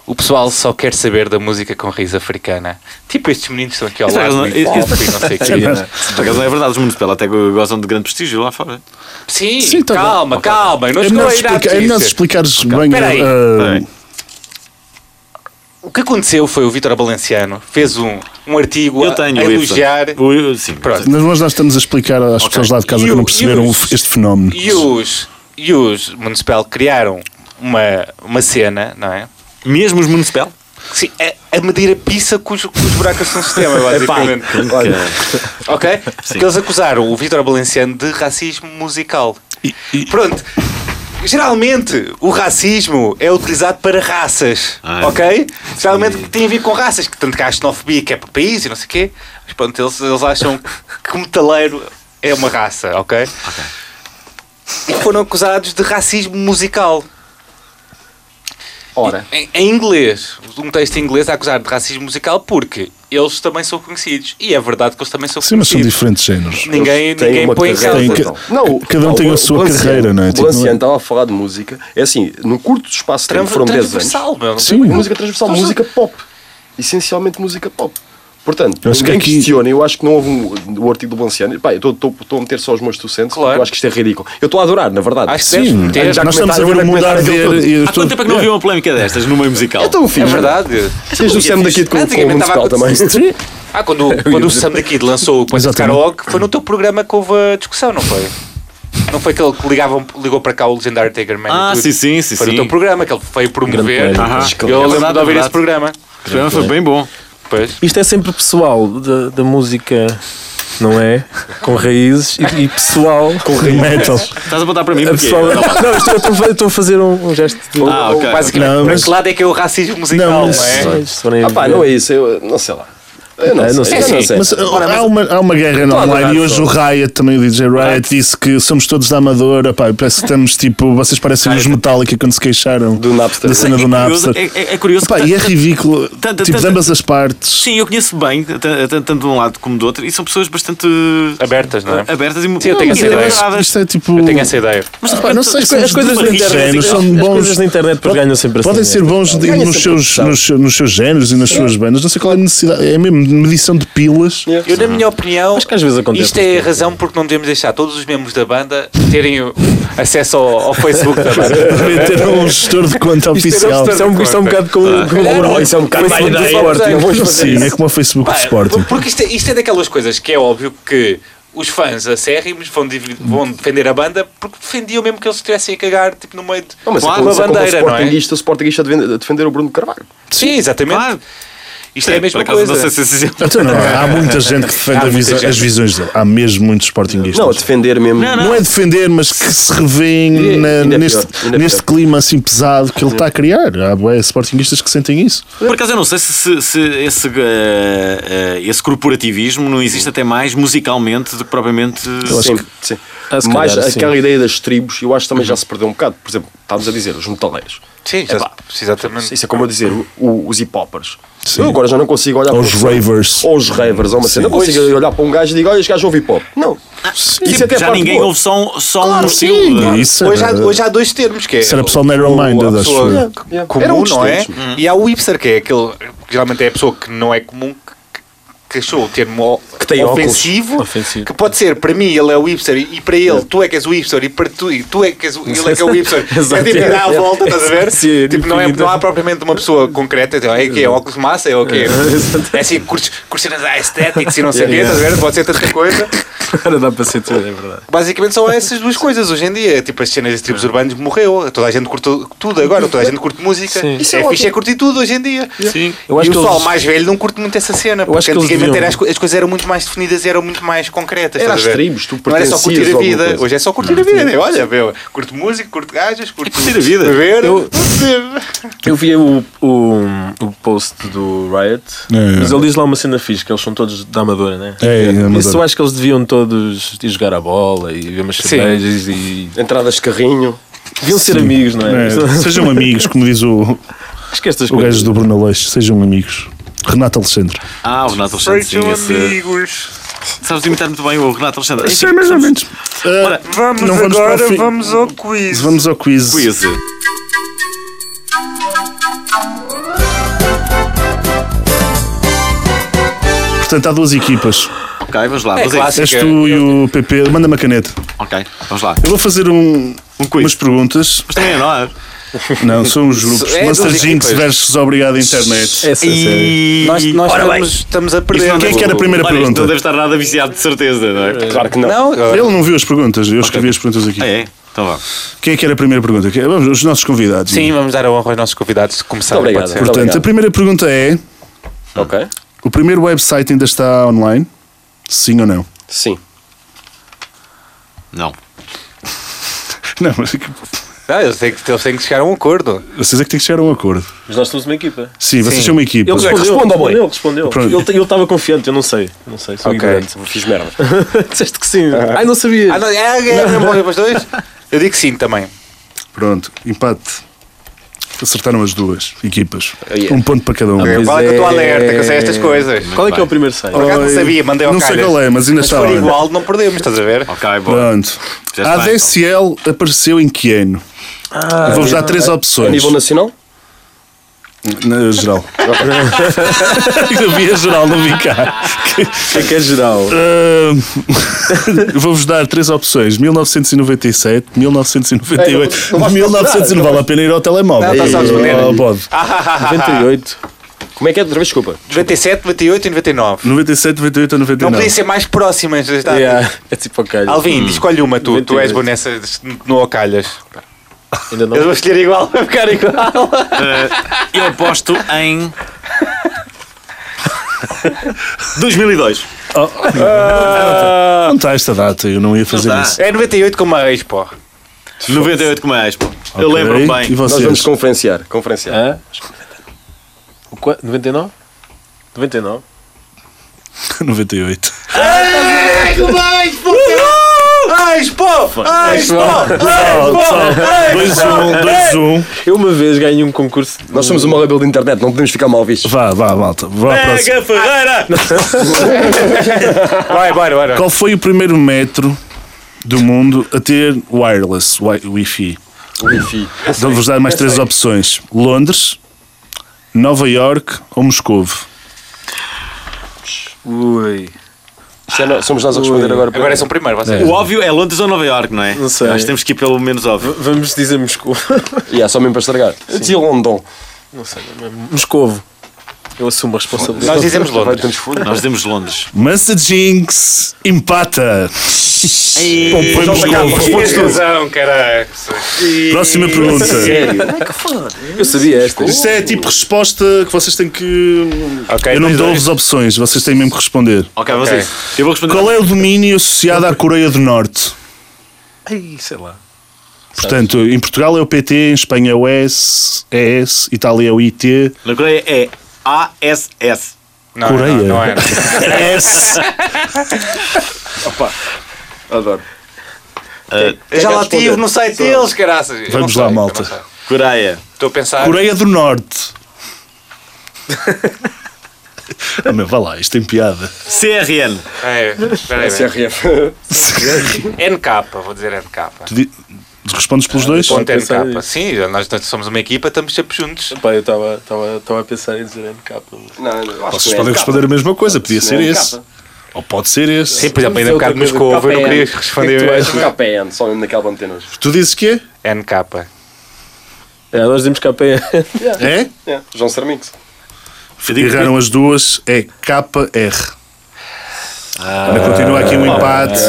Speaker 6: O pessoal só quer saber da música com raiz africana. Tipo estes meninos que estão aqui ao
Speaker 2: Isso é
Speaker 6: lado,
Speaker 2: razão-
Speaker 6: do hip hop e não sei o quê.
Speaker 2: Por acaso não é verdade, os municipais até gozam de grande prestígio lá fora.
Speaker 6: Sim,
Speaker 3: Sim, tá bom.
Speaker 6: calma, calma. Não
Speaker 3: É
Speaker 6: chegou
Speaker 3: melhor,
Speaker 6: a ir à
Speaker 3: explica- é melhor
Speaker 6: notícia.
Speaker 3: explicares bem
Speaker 6: Espera aí.
Speaker 3: a- a-
Speaker 2: Bem.
Speaker 6: O que aconteceu foi o Vítor Balenciano fez um, um artigo
Speaker 2: Eu
Speaker 6: a-
Speaker 2: tenho
Speaker 6: a
Speaker 2: o
Speaker 6: elogiar...
Speaker 2: Ibsen. O- eu- Sim,
Speaker 6: Pronto.
Speaker 3: Mas nós já estamos a explicar às pessoas lá de casa
Speaker 6: E
Speaker 3: que
Speaker 6: o-
Speaker 3: não perceberam
Speaker 6: e
Speaker 3: o-
Speaker 6: os-
Speaker 3: este fenómeno.
Speaker 6: E os, e os Municipal criaram uma, uma cena, não é?
Speaker 2: Mesmo os municipais?
Speaker 6: Sim, é a, a medir a pizza cujos cujos buracos são sistema, basicamente.
Speaker 1: Olha,
Speaker 6: ok? Que eles acusaram o Vítor Balenciano de racismo musical. Pronto. Geralmente o racismo é utilizado para raças,
Speaker 2: Ah,
Speaker 6: ok? Geralmente tem a ver com raças, que tanto que há a xenofobia que é por país e não sei o quê. Mas pronto, eles, eles acham que metaleiro é uma raça, ok? E foram acusados de racismo musical.
Speaker 1: Ora.
Speaker 6: Em, em inglês, um texto em inglês a acusar de racismo musical porque eles também são conhecidos. E é verdade que eles também são
Speaker 3: Sim, mas são
Speaker 6: conhecidos.
Speaker 3: diferentes géneros.
Speaker 6: Ninguém,
Speaker 1: Tem
Speaker 6: ninguém
Speaker 1: uma
Speaker 6: põe em
Speaker 1: carreira,
Speaker 6: causa.
Speaker 3: Tem
Speaker 1: não.
Speaker 3: que- cada um
Speaker 1: não,
Speaker 3: tem a
Speaker 1: o
Speaker 3: sua
Speaker 1: Balenciano-
Speaker 3: carreira, não é?
Speaker 1: O
Speaker 3: Tipo,
Speaker 1: Balenciano
Speaker 3: não é-
Speaker 1: estava a falar de música. É assim, num curto espaço de tempo,
Speaker 6: Tran-
Speaker 1: foram 10 anos.
Speaker 6: transversal, um meu.
Speaker 3: Sim. Então,
Speaker 1: Música transversal, música pop. Essencialmente música pop. Portanto,
Speaker 3: Eu acho que
Speaker 1: ninguém
Speaker 3: aqui-
Speaker 1: questiona, eu acho que não houve um, o artigo do Balenciano. Pá, eu estou a meter só os meus docentes,
Speaker 6: Claro.
Speaker 1: eu acho que isto é ridículo. Eu estou a adorar, na verdade.
Speaker 6: Acho que
Speaker 3: Sim,
Speaker 6: deves meter.
Speaker 1: já
Speaker 3: nós estamos a ver o
Speaker 1: comentaram,
Speaker 3: mundo
Speaker 1: já comentaram
Speaker 3: arder.
Speaker 1: tudo.
Speaker 3: e eu
Speaker 2: Há
Speaker 3: estou-
Speaker 2: quanto tempo é que não havia uma polémica destas no meio musical?
Speaker 1: Então, filho,
Speaker 6: É verdade.
Speaker 1: Tens o Sam daqui de com,
Speaker 6: Antes,
Speaker 1: com o musical
Speaker 6: estava
Speaker 1: também.
Speaker 6: a
Speaker 3: Sim.
Speaker 6: Ah, quando, quando o Sam da Kid lançou o Poeta de
Speaker 3: Exatamente.
Speaker 6: Karaoke, foi no teu programa que houve a discussão, não foi? Não foi aquele que ligavam, ligou para cá o Legendary Tiger Man? e
Speaker 7: Ah,
Speaker 6: tudo?
Speaker 7: sim, sim, sim.
Speaker 6: Foi
Speaker 7: sim.
Speaker 6: no teu programa que ele foi promover.
Speaker 5: Grande
Speaker 7: Aham.
Speaker 6: Eu
Speaker 7: É
Speaker 6: lembro
Speaker 7: verdade,
Speaker 6: de ouvir
Speaker 7: é
Speaker 6: esse
Speaker 7: verdade.
Speaker 6: programa.
Speaker 7: O programa foi bem bom.
Speaker 6: Pois.
Speaker 5: Isto é sempre pessoal da, da música, não é? Com raízes e, e pessoal. Com
Speaker 3: Metal.
Speaker 7: Estás a botar para mim porque é.
Speaker 5: pessoal não, isto- eu estou a fa- eu estou a fazer um, um gesto de.
Speaker 7: Ah, ok.
Speaker 6: Basicamente,
Speaker 3: Não,
Speaker 6: para
Speaker 3: mas-
Speaker 6: que lado é que é o racismo musical,
Speaker 3: Não,
Speaker 6: não,
Speaker 3: mas-
Speaker 6: é?
Speaker 5: Só- só nem-
Speaker 1: Ah pá, não é isso, eu não sei lá. Eu não,
Speaker 5: Ah, não
Speaker 1: sei,
Speaker 5: sei.
Speaker 1: eu não
Speaker 5: Sim,
Speaker 1: sei.
Speaker 3: Mas, uh, há, uma, há uma guerra no online e hoje o Riot, também o DJ Riot, disse que somos todos da Amadora. Pá, parece que estamos tipo. Vocês parecem os Metallica quando se queixaram
Speaker 1: Do Napster.
Speaker 3: da cena
Speaker 7: É
Speaker 3: do
Speaker 7: curioso-
Speaker 3: Napster.
Speaker 7: é- é- é curioso
Speaker 3: Pá,
Speaker 7: que-
Speaker 3: e é ridículo.
Speaker 7: tanta-
Speaker 3: tipo, de
Speaker 7: tanta-
Speaker 3: ambas as partes.
Speaker 7: Sim, eu conheço bem, t- t- tanto de um lado como do outro, e são pessoas bastante
Speaker 6: Abertas, não é?
Speaker 7: abertas e muito
Speaker 6: Sim, eu tenho essa ideia.
Speaker 3: Isto é tipo.
Speaker 6: Eu tenho essa ideia.
Speaker 7: Mas
Speaker 3: Pá, não sei
Speaker 5: As
Speaker 3: se
Speaker 5: coisas da internet-
Speaker 3: géneros é, são
Speaker 5: as
Speaker 3: bons.
Speaker 5: coisas da internet depois ganham sempre assim,
Speaker 3: Podem ser
Speaker 5: é.
Speaker 3: bons de-
Speaker 1: Ganha
Speaker 3: nos,
Speaker 1: sempre
Speaker 3: seus,
Speaker 1: produção.
Speaker 3: nos, seus- nos seus géneros e nas suas bandas. Não sei qual é a necessidade. É mesmo medição de pilas.
Speaker 6: Eu, na minha opinião,
Speaker 5: Acho que às vezes acontece
Speaker 6: isto é a
Speaker 5: isso.
Speaker 6: razão porque não devemos deixar todos os membros da banda terem o- acesso ao, ao Facebook da banda.
Speaker 3: Devem ter um gestor de conta
Speaker 6: Isto é
Speaker 3: oficial.
Speaker 6: um
Speaker 5: Isto é um, isto é um bocado como. como-
Speaker 6: Calhar-
Speaker 1: Não, isso é um bocado má
Speaker 6: Facebook do
Speaker 1: ideia.
Speaker 6: Sporting.
Speaker 1: Não vamos fazer
Speaker 5: assim.
Speaker 3: Sim,
Speaker 1: isso.
Speaker 3: é como o Facebook
Speaker 6: Pá,
Speaker 3: do Sporting.
Speaker 6: Porque isto é, isto é daquelas coisas que é óbvio que os fãs acérrimos vão, divi- vão defender a banda porque defendiam mesmo que eles estivessem a cagar tipo, no meio de
Speaker 1: Não, mas
Speaker 6: uma
Speaker 1: claro, se bandeira,
Speaker 6: bandeira, não é?
Speaker 1: Sportingista, O Sportingista defende- a defender o Bruno Carvalho.
Speaker 6: Sim, exatamente.
Speaker 7: Claro.
Speaker 6: Isto é a
Speaker 7: por
Speaker 6: mesma
Speaker 7: acaso
Speaker 6: coisa.
Speaker 7: não sei se isso é-
Speaker 3: Então, não, há muita gente que defende
Speaker 6: Há
Speaker 3: a
Speaker 6: muita
Speaker 3: visão-
Speaker 6: gente.
Speaker 3: as visões dele. Há mesmo muitos
Speaker 1: Não, a
Speaker 3: sportinguistas.
Speaker 1: defender mesmo.
Speaker 7: Não,
Speaker 3: Não, é defender, mas que se revêem
Speaker 1: E-
Speaker 3: na-
Speaker 1: ainda
Speaker 3: neste,
Speaker 1: pior, ainda
Speaker 3: neste
Speaker 1: pior.
Speaker 3: clima assim pesado que ele está a criar. Há bué sportinguistas que sentem isso.
Speaker 7: Por acaso eu não sei se, se- se esse, eh, eh, esse corporativismo não existe até mais musicalmente do que propriamente.
Speaker 1: Sim, sim.
Speaker 5: Ah, se
Speaker 1: Mas
Speaker 5: calhar, sim. Uhum.
Speaker 1: aquela ideia das tribos, eu acho que também já se perdeu um bocado. Por exemplo, estávamos a dizer, os metaleiros.
Speaker 6: Sim, já- exatamente.
Speaker 1: Isso é como eu dizer, o- o- os hip-hoppers. Eu agora já não consigo olhar
Speaker 3: Ou
Speaker 1: para
Speaker 3: os
Speaker 1: um-
Speaker 3: ravers.
Speaker 1: Ou os ravers, ou uma cena. Não consigo olhar para um gajo e digo, olha, este gajo ouve hip-hop. Não. Isso até é
Speaker 7: Ah, Tipo, já
Speaker 1: parte
Speaker 7: ninguém
Speaker 1: boa.
Speaker 7: ouve só, um- só um estilo.
Speaker 3: Sim,
Speaker 7: eh,
Speaker 3: isso é
Speaker 4: Hoje há,
Speaker 3: era-
Speaker 4: hoje há dois termos que é.
Speaker 3: Isso era pessoal narrow-minded,
Speaker 4: a
Speaker 3: acho eu.
Speaker 4: pessoa
Speaker 1: Yeah.
Speaker 4: comum,
Speaker 1: Eram outros
Speaker 4: não é?
Speaker 1: termos.
Speaker 4: E há o hipster, que é aquele. que geralmente é a pessoa que não é comum, que, que achou o termo
Speaker 1: Que tem óculos.
Speaker 4: ofensivo,
Speaker 5: Ofensivo.
Speaker 4: Que pode ser, para mim, ele é o hipster, e e para ele, tu é que és o hipster, e para tu, e tu é que és o, ele é que é o hipster. é
Speaker 5: Exato.
Speaker 4: tipo, dá a volta, estás a ver?
Speaker 5: Sim,
Speaker 4: tipo, não, é,
Speaker 5: infinito.
Speaker 4: não há propriamente uma pessoa concreta, então, é que é óculos de massa, é o quê? É assim, curtes curtes cenas estéticas e não sei o quê, estás a ver? Pode ser tanta coisa.
Speaker 5: Agora dá para ser tudo, é verdade.
Speaker 4: Basicamente são essas duas coisas hoje em dia. Tipo, as cenas das tribos urbanas morreu. Toda a gente curte tudo agora, toda a gente curte música.
Speaker 5: Sim.
Speaker 4: Isso é, fixe é curtir tudo hoje em dia. Sim.
Speaker 5: Eu acho
Speaker 4: e o
Speaker 5: que
Speaker 4: pessoal
Speaker 5: eles-
Speaker 4: mais velho não curte muito essa cena,
Speaker 5: acho
Speaker 4: porque
Speaker 5: que eles
Speaker 4: antigamente
Speaker 5: deviam-
Speaker 4: era as, co- as coisas eram muito mais definidas e eram muito mais concretas. estás
Speaker 1: Era
Speaker 4: a
Speaker 1: as
Speaker 4: ver?
Speaker 1: tribos, tu
Speaker 4: Não era só
Speaker 1: pertencias
Speaker 4: curtir
Speaker 1: a
Speaker 4: a
Speaker 1: alguma
Speaker 4: vida.
Speaker 1: coisa.
Speaker 4: Hoje é só curtir a vida. né? Olha, meu, curto música, curto gajas, curto
Speaker 7: curtir a vida.
Speaker 4: beber.
Speaker 5: Eu-
Speaker 4: curtir.
Speaker 5: Eu vi o, o, o post do Riot,
Speaker 3: É.
Speaker 5: mas ele diz lá uma cena fixe, que eles são todos da Amadora, né?
Speaker 3: É, da Amadora.
Speaker 5: Isso eu acho que eles deviam todos ir jogar a bola e ver umas cervejas e.
Speaker 1: Entradas de carrinho.
Speaker 5: Deviam ser amigos, não é?
Speaker 3: É, sejam amigos, como diz o,
Speaker 5: Acho que estas
Speaker 3: o
Speaker 5: coisas.
Speaker 3: gajo do Bruno Leixo. Sejam amigos. Renato Alexandre.
Speaker 7: Ah, o Renato Alexandre. Sim, esse, sabes imitar muito bem o Renato Alexandre. Tipo, Enfim,
Speaker 3: Sim, mais ou menos.
Speaker 7: Ora,
Speaker 3: Ah, não vamos para o fim.
Speaker 4: ao quiz.
Speaker 3: Vamos ao quiz.
Speaker 7: quiz.
Speaker 3: Portanto, há duas equipas.
Speaker 7: Ok, vamos lá.
Speaker 6: É
Speaker 7: vamos a isso.
Speaker 6: clássico.
Speaker 3: És tu e o PP. Manda-me a caneta.
Speaker 7: Ok, vamos lá.
Speaker 3: Eu vou fazer um,
Speaker 7: Um quiz.
Speaker 3: umas perguntas.
Speaker 7: Mas também é nós.
Speaker 3: Não, são os grupos.
Speaker 4: É
Speaker 3: Monster
Speaker 4: duas
Speaker 3: Jinx
Speaker 4: equipas.
Speaker 3: versus Obrigado
Speaker 1: É
Speaker 3: Internet.
Speaker 5: Essa, é. sério.
Speaker 7: E...
Speaker 6: Nós, nós estamos, estamos a perder.
Speaker 3: Quem é que era a primeira
Speaker 7: Olha, isto
Speaker 3: pergunta?
Speaker 7: não deve estar nada viciado, de certeza, não é?
Speaker 1: Claro que não.
Speaker 4: Não,
Speaker 3: Ele não viu as perguntas, eu escrevi as perguntas aqui.
Speaker 7: Ah, é? Então vá.
Speaker 3: Quem é que era a primeira pergunta? Quem- Vamos, os nossos convidados.
Speaker 6: Sim, vamos dar a honra aos nossos convidados de começar.
Speaker 1: Muito
Speaker 6: pode ser.
Speaker 1: obrigado.
Speaker 3: Portanto, a primeira pergunta é:
Speaker 5: é
Speaker 1: Ok?
Speaker 3: o primeiro website ainda está online? Sim ou não?
Speaker 1: Sim.
Speaker 7: Não.
Speaker 3: Não, mas é que-
Speaker 6: Não, eu sei que Ah, eles têm que chegar a um acordo.
Speaker 3: vocês é que têm que chegar a um acordo.
Speaker 5: Mas nós somos uma equipa.
Speaker 3: Sim, vocês são uma equipa.
Speaker 5: Ele respondeu,
Speaker 1: responda ao boi.
Speaker 5: ele respondeu.
Speaker 3: Pronto.
Speaker 5: Ele- Ele estava confiante, eu não sei. Não sei, sou ignorante.
Speaker 1: Fiz merda.
Speaker 5: Disseste que sim. Ai, não sabia.
Speaker 4: Ah, não, é, é, é, morreu para os dois?
Speaker 6: Eu digo sim também.
Speaker 3: Pronto, empate. Acertaram as duas equipas. Um ponto para cada um.
Speaker 5: Pois
Speaker 4: Qual é que eu estou
Speaker 5: é.
Speaker 4: alerta, que eu sei estas coisas.
Speaker 7: Ah,
Speaker 5: Qual é que é o primeiro site?
Speaker 4: Por acaso não
Speaker 3: Oi.
Speaker 4: sabia, mandei ao
Speaker 3: Não sei
Speaker 4: calhas.
Speaker 3: qual é, mas ainda
Speaker 4: Mas se
Speaker 3: está
Speaker 4: for
Speaker 3: online.
Speaker 4: igual, não perdemos, estás a ver?
Speaker 7: Ok, bom.
Speaker 3: Pronto.
Speaker 7: Já
Speaker 3: A
Speaker 7: está,
Speaker 3: DSL apareceu em que ano? Vou-vos dar três
Speaker 1: A
Speaker 3: opções.
Speaker 1: nível nacional?
Speaker 3: Na geral. Eu vi a geral, não vi cá.
Speaker 5: O que é que é geral?
Speaker 3: Ah, Vou-vos dar três opções: 1997, 1998.
Speaker 1: Não, não vais procurar,
Speaker 3: 1900 não
Speaker 1: não
Speaker 3: vale a pena ir ao telemóvel. Ah,
Speaker 4: Não, estás a responder.
Speaker 3: Ao bode.
Speaker 5: 98.
Speaker 1: Como é que é? Outra vez, desculpa.
Speaker 4: 97, 98 e 99.
Speaker 3: 97, 98 ou
Speaker 4: Não,
Speaker 3: 99.
Speaker 4: podia ser mais próximas das
Speaker 7: Ah.
Speaker 4: datas.
Speaker 5: Yeah, é tipo ao calho.
Speaker 4: Alvin, escolhe uma tu. Tu és
Speaker 5: 98.
Speaker 4: bom nessas, no Ocalhas.
Speaker 5: Ainda não.
Speaker 4: Eu vou escolher igual, vai ficar igual.
Speaker 7: Eu aposto em. 2002.
Speaker 3: Ah, Não está esta data, eu não ia fazer
Speaker 7: está.
Speaker 3: isso.
Speaker 4: É 98 com uma ex, pô.
Speaker 7: 98 como és, pô. Eu
Speaker 3: Ok,
Speaker 7: lembro-me
Speaker 3: E
Speaker 7: bem.
Speaker 1: Nós vamos
Speaker 3: vocês?
Speaker 1: conferenciar. Conferenciar.
Speaker 5: Hã? O qua- 99? 99?
Speaker 3: 98.
Speaker 4: Ex, pô! Ex, pô!
Speaker 3: 2-1, 2-1.
Speaker 5: Eu uma vez ganhei um concurso.
Speaker 1: Nós somos uma label de internet, não podemos ficar mal vistos.
Speaker 3: Vá, vá, malta. Vá à próxima.
Speaker 7: Pega Ferreira!
Speaker 4: Vai, bora, bora.
Speaker 3: Qual foi o primeiro metro do mundo a ter wireless, wi- Wi-Fi?
Speaker 1: Wi-Fi.
Speaker 3: Vou-vos dar mais três opções: Londres, Nova York ou Moscovo.
Speaker 7: Ui.
Speaker 1: Isso é nó- Somos nós a responder agora.
Speaker 4: Agora são primeiro, vocês.
Speaker 7: O óbvio é Londres ou Nova Iorque, não é? Não
Speaker 5: sei.
Speaker 7: Nós temos que ir pelo menos óbvio.
Speaker 5: Vamos dizer Moscou.
Speaker 1: Yeah, só mesmo para estragar. Eu dizia London.
Speaker 5: Moscovo. Eu assumo a responsabilidade.
Speaker 4: Nós dizemos
Speaker 1: Vai,
Speaker 4: Londres.
Speaker 1: temos fundo.
Speaker 7: Nós dizemos Londres.
Speaker 3: Mas a Jinx empata. Foi Moscovo.
Speaker 4: Tinhas razão, caralho.
Speaker 3: Próxima pergunta.
Speaker 5: Eu sabia esta.
Speaker 3: Isto é tipo resposta que vocês têm que.
Speaker 4: Ok,
Speaker 3: Eu não
Speaker 4: mas
Speaker 3: dou-vos opções, vocês têm mesmo que responder.
Speaker 7: Ok, vocês. Eu vou responder.
Speaker 3: Qual é o domínio associado à Coreia do Norte?
Speaker 5: Ai, sei lá.
Speaker 3: Portanto, em Portugal é o PT, em Espanha é o S, ES, Itália é o IT,
Speaker 7: Na Coreia é ASS.
Speaker 4: Não,
Speaker 3: Coreia.
Speaker 4: Não, não é.
Speaker 3: S.
Speaker 1: Adoro.
Speaker 4: Já lá tive no site deles, caraças. Eu
Speaker 3: Vamos
Speaker 4: não
Speaker 3: lá,
Speaker 4: sei,
Speaker 3: malta.
Speaker 4: eu não sei.
Speaker 7: Coreia.
Speaker 4: Estou a pensar.
Speaker 3: Coreia do Norte. Ah, meu, vá lá, isto tem piada.
Speaker 7: CRN.
Speaker 4: É, espera aí, espera
Speaker 1: SRF.
Speaker 4: aí. NK, vou dizer NK.
Speaker 3: Tu di- Respondes pelos dois?
Speaker 4: Ponto
Speaker 5: pensar
Speaker 4: NK. Sim, nós nós somos uma equipa, estamos sempre juntos.
Speaker 5: Pá, eu estava a pensar em dizer NK.
Speaker 1: Não, não, acho
Speaker 3: Vocês
Speaker 1: que não
Speaker 3: podem
Speaker 1: é.
Speaker 3: responder a mesma coisa, podia ser
Speaker 5: é
Speaker 3: esse. Ou pode ser esse.
Speaker 4: Sim, por exemplo, ainda um bocado nos couve, eu não queria responder mesmo.
Speaker 1: KPN, é, só mesmo naquela antena.
Speaker 3: Tu dizes que é?
Speaker 4: NK.
Speaker 5: É, nós dizemos KPN.
Speaker 3: É?
Speaker 1: É, João Cermix.
Speaker 3: Erraram as duas, é KR. Ainda continua aqui
Speaker 7: Ah.
Speaker 3: um empate.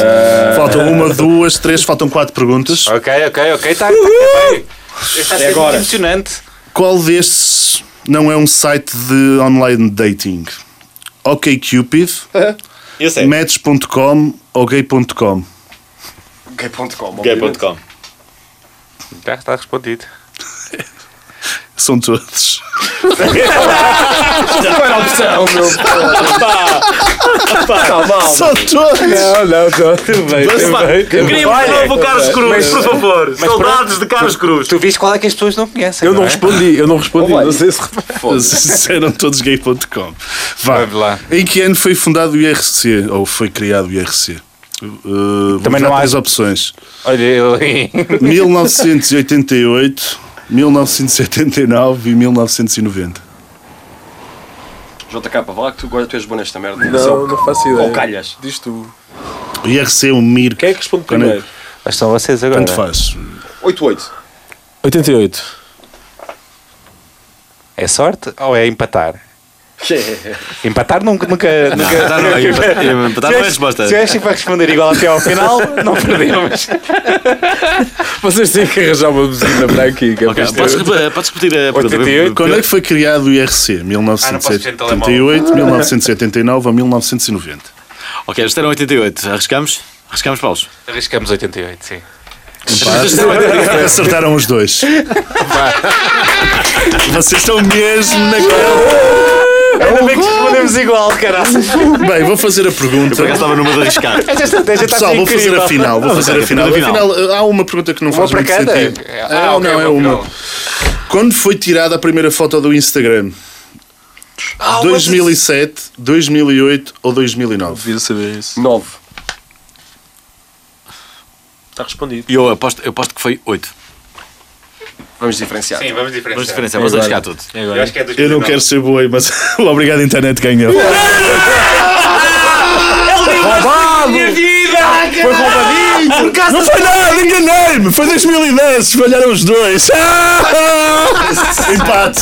Speaker 3: Faltam uma, duas, três, faltam quatro perguntas.
Speaker 4: Ok, ok, ok, está tá, tá bem. Está a ser
Speaker 1: agora.
Speaker 4: impressionante.
Speaker 3: Qual destes não é um site de online dating? OkCupid,
Speaker 7: Eu sei.
Speaker 3: Match.com ou Gay.com?
Speaker 1: Gay.com.
Speaker 7: Gay.com.
Speaker 4: Já está respondido.
Speaker 3: São todos. São todos!
Speaker 7: Eu queria falar o Carlos Cruz, por favor. Saudades de Carlos Cruz.
Speaker 4: Tu viste qual é que as pessoas não conhecem?
Speaker 5: Eu não
Speaker 4: é?
Speaker 5: respondi, eu não respondi.
Speaker 1: Olá.
Speaker 5: Não sei se
Speaker 3: Disseram todos gay.com. Vá.
Speaker 4: Vamos lá.
Speaker 3: Em que ano foi fundado o IRC? Ou foi criado o IRC? Uh,
Speaker 4: Também
Speaker 3: Também
Speaker 4: não
Speaker 3: não
Speaker 4: há-
Speaker 3: três opções:
Speaker 4: Olha, eu ali.
Speaker 3: 1988, 1979 e 1990.
Speaker 1: JK, vá lá que tu agora tu és bom nesta merda.
Speaker 5: Não, não faço ideia.
Speaker 1: Ou calhas.
Speaker 5: Diz tu.
Speaker 3: O IRC, o um MIR,
Speaker 5: Quem é que responde primeiro?
Speaker 4: Mas são vocês agora.
Speaker 3: tanto faz.
Speaker 1: 8-8.
Speaker 5: 88.
Speaker 4: É sorte ou é empatar? Empatar nunca. nunca, nunca
Speaker 7: Empatar não é-
Speaker 3: Tá
Speaker 7: empatar não é resposta.
Speaker 4: Se achas que vai responder igual até ao final, não perdemos.
Speaker 5: Vocês têm que arranjar uma buzina para aqui. Que é
Speaker 7: Ok,
Speaker 5: para
Speaker 7: Podes repetir- podes repetir a pergunta?
Speaker 4: 88.
Speaker 3: Quando é que foi criado o IRC?
Speaker 4: Ah, posso dizer
Speaker 3: 1978, 1979 ou 1990?
Speaker 7: Ok, isto era 88. Arriscamos? Arriscamos, Paulos.
Speaker 4: Arriscamos 88, sim.
Speaker 3: Acertaram os dois. Vocês estão mesmo naquela.
Speaker 4: Ainda bem que respondemos igual, caralho.
Speaker 3: Bem, vou fazer a
Speaker 7: Por acaso
Speaker 3: pergunta.
Speaker 7: estava numa de arriscar.
Speaker 4: Esta estratégia está a
Speaker 3: Pessoal,
Speaker 4: ser
Speaker 3: vou fazer
Speaker 4: incrível.
Speaker 3: a final. Vou fazer a final.
Speaker 7: fazer a final.
Speaker 3: Afinal, há uma pergunta que não
Speaker 4: Uma
Speaker 3: faz
Speaker 4: para
Speaker 3: muito
Speaker 4: cada?
Speaker 3: sentido.
Speaker 4: Ah,
Speaker 3: É,
Speaker 4: ok,
Speaker 3: não, é
Speaker 4: vou para
Speaker 3: uma. Quando foi tirada a primeira foto do Instagram?
Speaker 4: Ah, mas-
Speaker 3: 2007, 2008 ou 2009?
Speaker 5: Devia saber isso.
Speaker 1: 9.
Speaker 5: Está respondido.
Speaker 7: E Eu aposto, eu aposto que foi 8.
Speaker 1: Vamos diferenciar.
Speaker 4: Sim, vamos
Speaker 7: Vamos
Speaker 4: diferenciar.
Speaker 7: diferenciar, vamos arriscar tudo.
Speaker 4: Eu acho que é 2009.
Speaker 3: Eu não quero ser boi, mas o obrigado internet ganhou.
Speaker 4: Minha vida!
Speaker 1: Foi roubadinho!
Speaker 3: Não foi nada, enganei-me! Foi 2010, falharam os dois! Ah! Empate!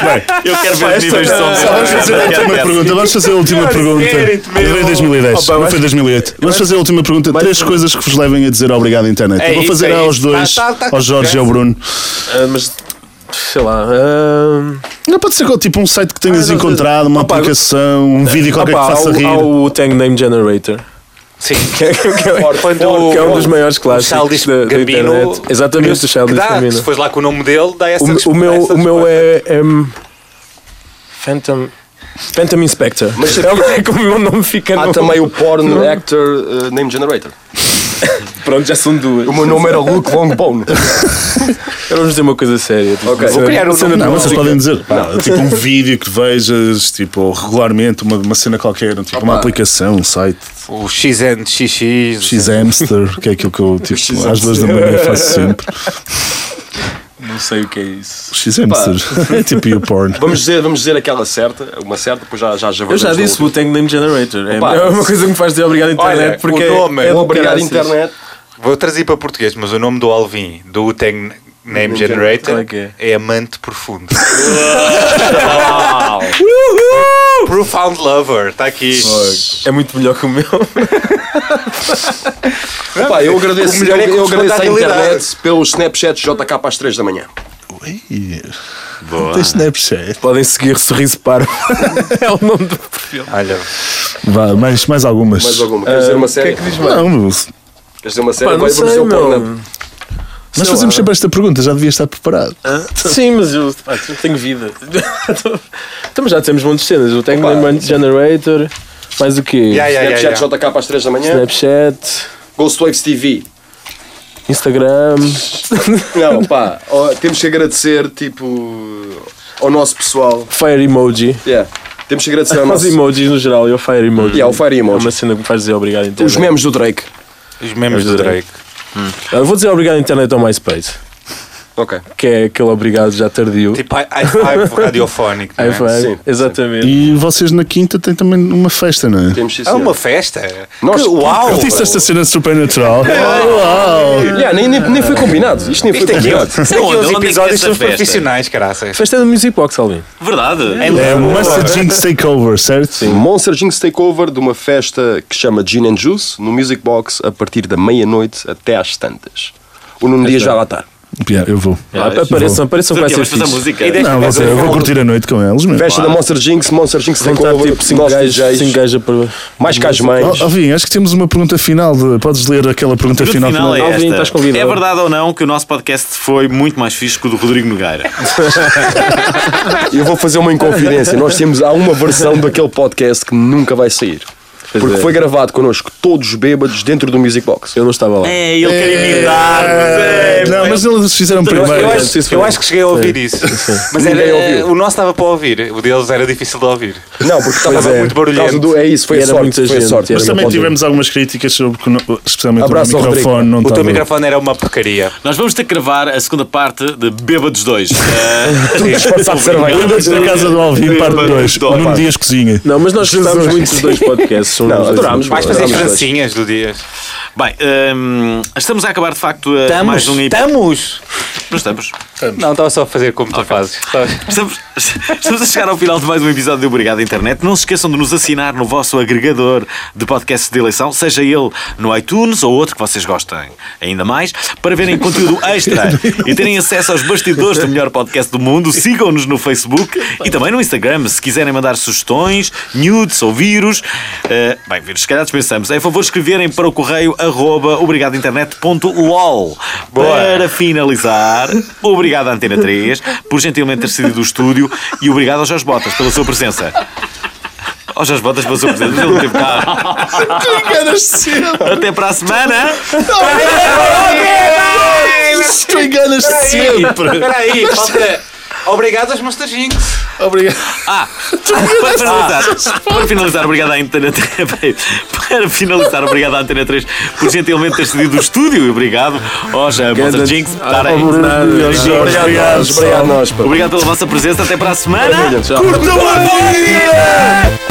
Speaker 3: Bem,
Speaker 2: Eu quero ver os
Speaker 1: Esta-
Speaker 2: níveis de som.
Speaker 1: Só
Speaker 3: vamos fazer a última pergunta. Vamos fazer a última pergunta. Não foi 2010,
Speaker 1: Opa,
Speaker 3: não
Speaker 1: mas-
Speaker 3: foi 2008. Vamos fazer a última pergunta. Três coisas que vos levem a dizer obrigado à internet.
Speaker 8: É
Speaker 3: Eu vou
Speaker 8: isso,
Speaker 3: fazer
Speaker 8: é
Speaker 3: aos
Speaker 8: isso. Tá,
Speaker 3: dois,
Speaker 8: tá, tá,
Speaker 3: ao Jorge e ao Bruno.
Speaker 5: Ah, mas sei lá. ah,
Speaker 3: Não pode ser tipo um site que tenhas
Speaker 5: Ah, não,
Speaker 3: encontrado, uma
Speaker 5: opa,
Speaker 3: aplicação, um vídeo qualquer
Speaker 5: opa,
Speaker 3: que faça
Speaker 5: há um o-
Speaker 3: rir.
Speaker 5: há o Tang Name Generator.
Speaker 4: Sim.
Speaker 5: que é um dos maiores
Speaker 4: Childish
Speaker 5: clássicos da, da
Speaker 4: Gambino,
Speaker 5: internet. Exatamente, o
Speaker 4: Que
Speaker 5: Childish
Speaker 4: dá,
Speaker 5: Gambino.
Speaker 4: se fores lá com o nome dele, dá essa
Speaker 5: O,
Speaker 4: resp-
Speaker 5: o meu,
Speaker 4: essa
Speaker 5: o meu
Speaker 4: resposta.
Speaker 5: é, é, hum, Phantom. Phantom Inspector. Mas é como o meu nome fica
Speaker 1: Há
Speaker 5: no-
Speaker 1: também o Porn Actor eh, Name Generator.
Speaker 5: Pronto, já são duas.
Speaker 1: O meu nome era Luke Longbone.
Speaker 5: Vamos dizer uma coisa séria.
Speaker 1: Ok.
Speaker 5: Vou criar um nome.
Speaker 3: Não, vocês podem dizer, pá, tipo um vídeo que vejas, tipo, regularmente, uma, uma cena qualquer, tipo uma aplicação, um site,
Speaker 4: O XNXX.
Speaker 3: X-Hamster, que é aquilo que eu, tipo, às duas da manhã faço sempre.
Speaker 5: Não sei o que é isso.
Speaker 3: X-Hamster, é tipo o porn.
Speaker 1: Vamos dizer, vamos dizer aquela certa, uma certa, depois já já já
Speaker 5: Eu já disse o Tang Name Generator. É é uma coisa que me faz dizer obrigado à internet.
Speaker 4: Olha,
Speaker 5: porque
Speaker 4: o nome,
Speaker 5: é, é do
Speaker 1: Obrigado,
Speaker 5: caraças.
Speaker 1: internet.
Speaker 4: Vou traduzir para português, mas o nome do Alvin, do Uteng Name Generator,
Speaker 5: Qual é que é?
Speaker 4: Amante Profundo. Profound Lover, está aqui.
Speaker 5: É muito melhor que o meu.
Speaker 1: Pá, eu agradeço,
Speaker 4: O melhor é
Speaker 1: eu, eu
Speaker 4: corresponder
Speaker 1: agradeço
Speaker 4: à
Speaker 1: à
Speaker 4: realidade.
Speaker 1: internet pelo Snapchat JK às 3 da manhã.
Speaker 3: Boa. Tem Snapchat.
Speaker 5: Podem seguir Sorriso Parvo. é o nome do.
Speaker 4: Olha,
Speaker 3: Vá, mais, mais algumas.
Speaker 1: Mais alguma? Queres dizer uma série?
Speaker 3: Não, mas
Speaker 1: Queres dizer um uma série?
Speaker 5: Pá, não
Speaker 1: Vai
Speaker 5: sei,
Speaker 1: aparecer o Pornhub.
Speaker 5: meu.
Speaker 3: nós fazemos sempre esta pergunta, já devia estar preparado.
Speaker 5: Hã? Sim, mas eu pá, não tenho vida. então, mas já temos montes de cenas. O Tang Name Generator. Mais o quê?
Speaker 4: Ya, ya, ya,
Speaker 1: Snapchat
Speaker 4: ya.
Speaker 1: JK às 3 da manhã.
Speaker 5: Snapchat.
Speaker 1: Ghostwax TV.
Speaker 5: Instagram.
Speaker 1: Não, pá, ó, temos que agradecer, tipo, ao nosso pessoal.
Speaker 5: Fire Emoji.
Speaker 1: Yeah. Temos que agradecer ao
Speaker 5: Os
Speaker 1: É nosso...
Speaker 5: emojis no geral e o Fire Emoji.
Speaker 1: Yeah, o Fire
Speaker 5: É
Speaker 1: Emoji.
Speaker 5: uma cena que me faz dizer obrigado à internet.
Speaker 1: Os memes do Drake.
Speaker 4: os memes
Speaker 5: do
Speaker 4: do Drake.
Speaker 5: Eu vou dizer obrigado à internet ao MySpace,
Speaker 1: Ok.
Speaker 5: que é aquele obrigado já tardio.
Speaker 4: Tipo high high five radiofónico. não é?
Speaker 5: Aí vai,
Speaker 1: sim,
Speaker 5: exatamente.
Speaker 3: E vocês na quinta têm também uma festa, não é?
Speaker 1: Temos isso.
Speaker 4: Ah, uma festa?
Speaker 1: Nós-
Speaker 4: Que- uau!
Speaker 3: Eu disse esta cena super natural. Uau!
Speaker 1: Yeah, nem, nem, nem foi combinado. Isto nem foi
Speaker 4: Isto é
Speaker 1: combinado.
Speaker 4: que- isto é que
Speaker 2: Onde?
Speaker 4: os
Speaker 2: Onde é que é
Speaker 4: episódios
Speaker 2: essa
Speaker 4: são
Speaker 2: festa?
Speaker 4: profissionais, caraças.
Speaker 5: Festa é do Music Box, Alvin.
Speaker 2: Verdade.
Speaker 3: É o Master Jinx Takeover, certo? Sim.
Speaker 1: Monster Jinx Takeover de uma festa que chama Gin and Juice no Music Box a partir da meia-noite até às tantas. O Nuno Dias vai lá estar.
Speaker 3: eu vou.
Speaker 5: Ah, apareçam, apareçam que vai ser
Speaker 2: Mas faz a
Speaker 5: fixe.
Speaker 2: música.
Speaker 3: Não, vou, eu vou curtir a noite com eles mesmo.
Speaker 1: Festa da Monster Jinx, Monster Jinx
Speaker 5: Vão estar
Speaker 1: Takeover,
Speaker 5: tipo 5
Speaker 1: nós
Speaker 5: gajos,
Speaker 1: DJs,
Speaker 5: cinco gajos a per-
Speaker 1: mais cá as mães.
Speaker 3: Oh, Alvin, acho que temos uma pergunta final. de- podes ler aquela pergunta
Speaker 2: Pergunta
Speaker 3: final?
Speaker 2: final
Speaker 3: que-
Speaker 2: é
Speaker 5: Alvin,
Speaker 2: esta.
Speaker 5: estás convidado.
Speaker 2: É verdade ou não que o nosso podcast foi muito mais fixe que o do Rodrigo Nogueira?
Speaker 1: Eu vou fazer uma inconfidência. Nós temos há uma versão daquele podcast que nunca vai sair. Porque foi gravado connosco todos bêbados dentro do Music Box.
Speaker 5: é. Eu não estava lá.
Speaker 2: É, ele quer imitar. mas é,
Speaker 3: Não, mas eles fizeram primeiro.
Speaker 4: Eu
Speaker 5: Vai,
Speaker 4: acho,
Speaker 5: isso
Speaker 4: eu
Speaker 5: foi.
Speaker 4: acho que cheguei a ouvir isso. Mas
Speaker 1: Ninguém
Speaker 4: era, eh,
Speaker 1: ouviu.
Speaker 4: o nosso estava para ouvir, o deles era difícil de ouvir.
Speaker 1: Não, porque estava
Speaker 4: é. muito barulhento.
Speaker 1: por causa do- É isso, foi
Speaker 5: E
Speaker 1: a
Speaker 5: era
Speaker 1: sorte.
Speaker 5: muita
Speaker 1: Foi a
Speaker 5: gente,
Speaker 1: sorte.
Speaker 5: era
Speaker 3: Mas
Speaker 5: uma
Speaker 3: também
Speaker 5: ponta.
Speaker 3: tivemos algumas críticas sobre que, no- especialmente
Speaker 1: Abraço
Speaker 3: o
Speaker 1: ao
Speaker 3: microfone. Não
Speaker 4: O teu
Speaker 3: estava-
Speaker 4: microfone era uma porcaria.
Speaker 2: Nós vamos ter que gravar a segunda parte de Bêbados 2.
Speaker 1: Disfarçado de cerveja.
Speaker 3: Antes da casa do Alvin, parte 2. Nuno Dias Cozinha.
Speaker 5: Não, mas nós gostámos muito dos dois podcasts. São
Speaker 1: Não,
Speaker 5: os dois
Speaker 1: adorámos,
Speaker 5: muito
Speaker 4: Vais
Speaker 1: Mas
Speaker 4: fazer as
Speaker 1: vamos dois.
Speaker 4: francinhas do Dias.
Speaker 2: Bem, hum, estamos a acabar de facto a mais um episódio.
Speaker 4: estamos.
Speaker 2: Nós estamos.
Speaker 4: Não, estava só a fazer como tu fazes.
Speaker 2: Estamos, estamos a chegar ao final de mais um episódio de Obrigado Internet. Não se esqueçam de nos assinar no vosso agregador de podcast de eleição, seja ele no iTunes ou outro que vocês gostem ainda mais, para verem conteúdo extra e terem acesso aos bastidores do melhor podcast do mundo. Sigam-nos no Facebook e também no Instagram, se quiserem mandar sugestões, nudes ou vírus. eh, bem, vírus, se calhar dispensamos. É favor escreverem para o correio arroba obrigadointernet.lol. Para finalizar, obrigado à Antena 3 por gentilmente ter saído do estúdio e obrigado aos Jorge Botas pela sua presença. Aos Jorge Botas pela sua presença, ele não teve cá. Até para a semana.
Speaker 3: Tu enganas sempre.
Speaker 4: Peraí, falta. Obrigado aos Monster Jinx.
Speaker 2: Para finalizar, para finalizar, obrigado à Antena 3. Para finalizar, obrigado à Antena 3 por gentilmente ter cedido o estúdio e obrigado aos eh, Monster Jinx. Estarem-
Speaker 3: Obrigado,
Speaker 1: Obrigado a nós, pá.
Speaker 2: Obrigado pela vossa presença. Até para a semana.
Speaker 5: Tchau.
Speaker 3: Curtam a vida!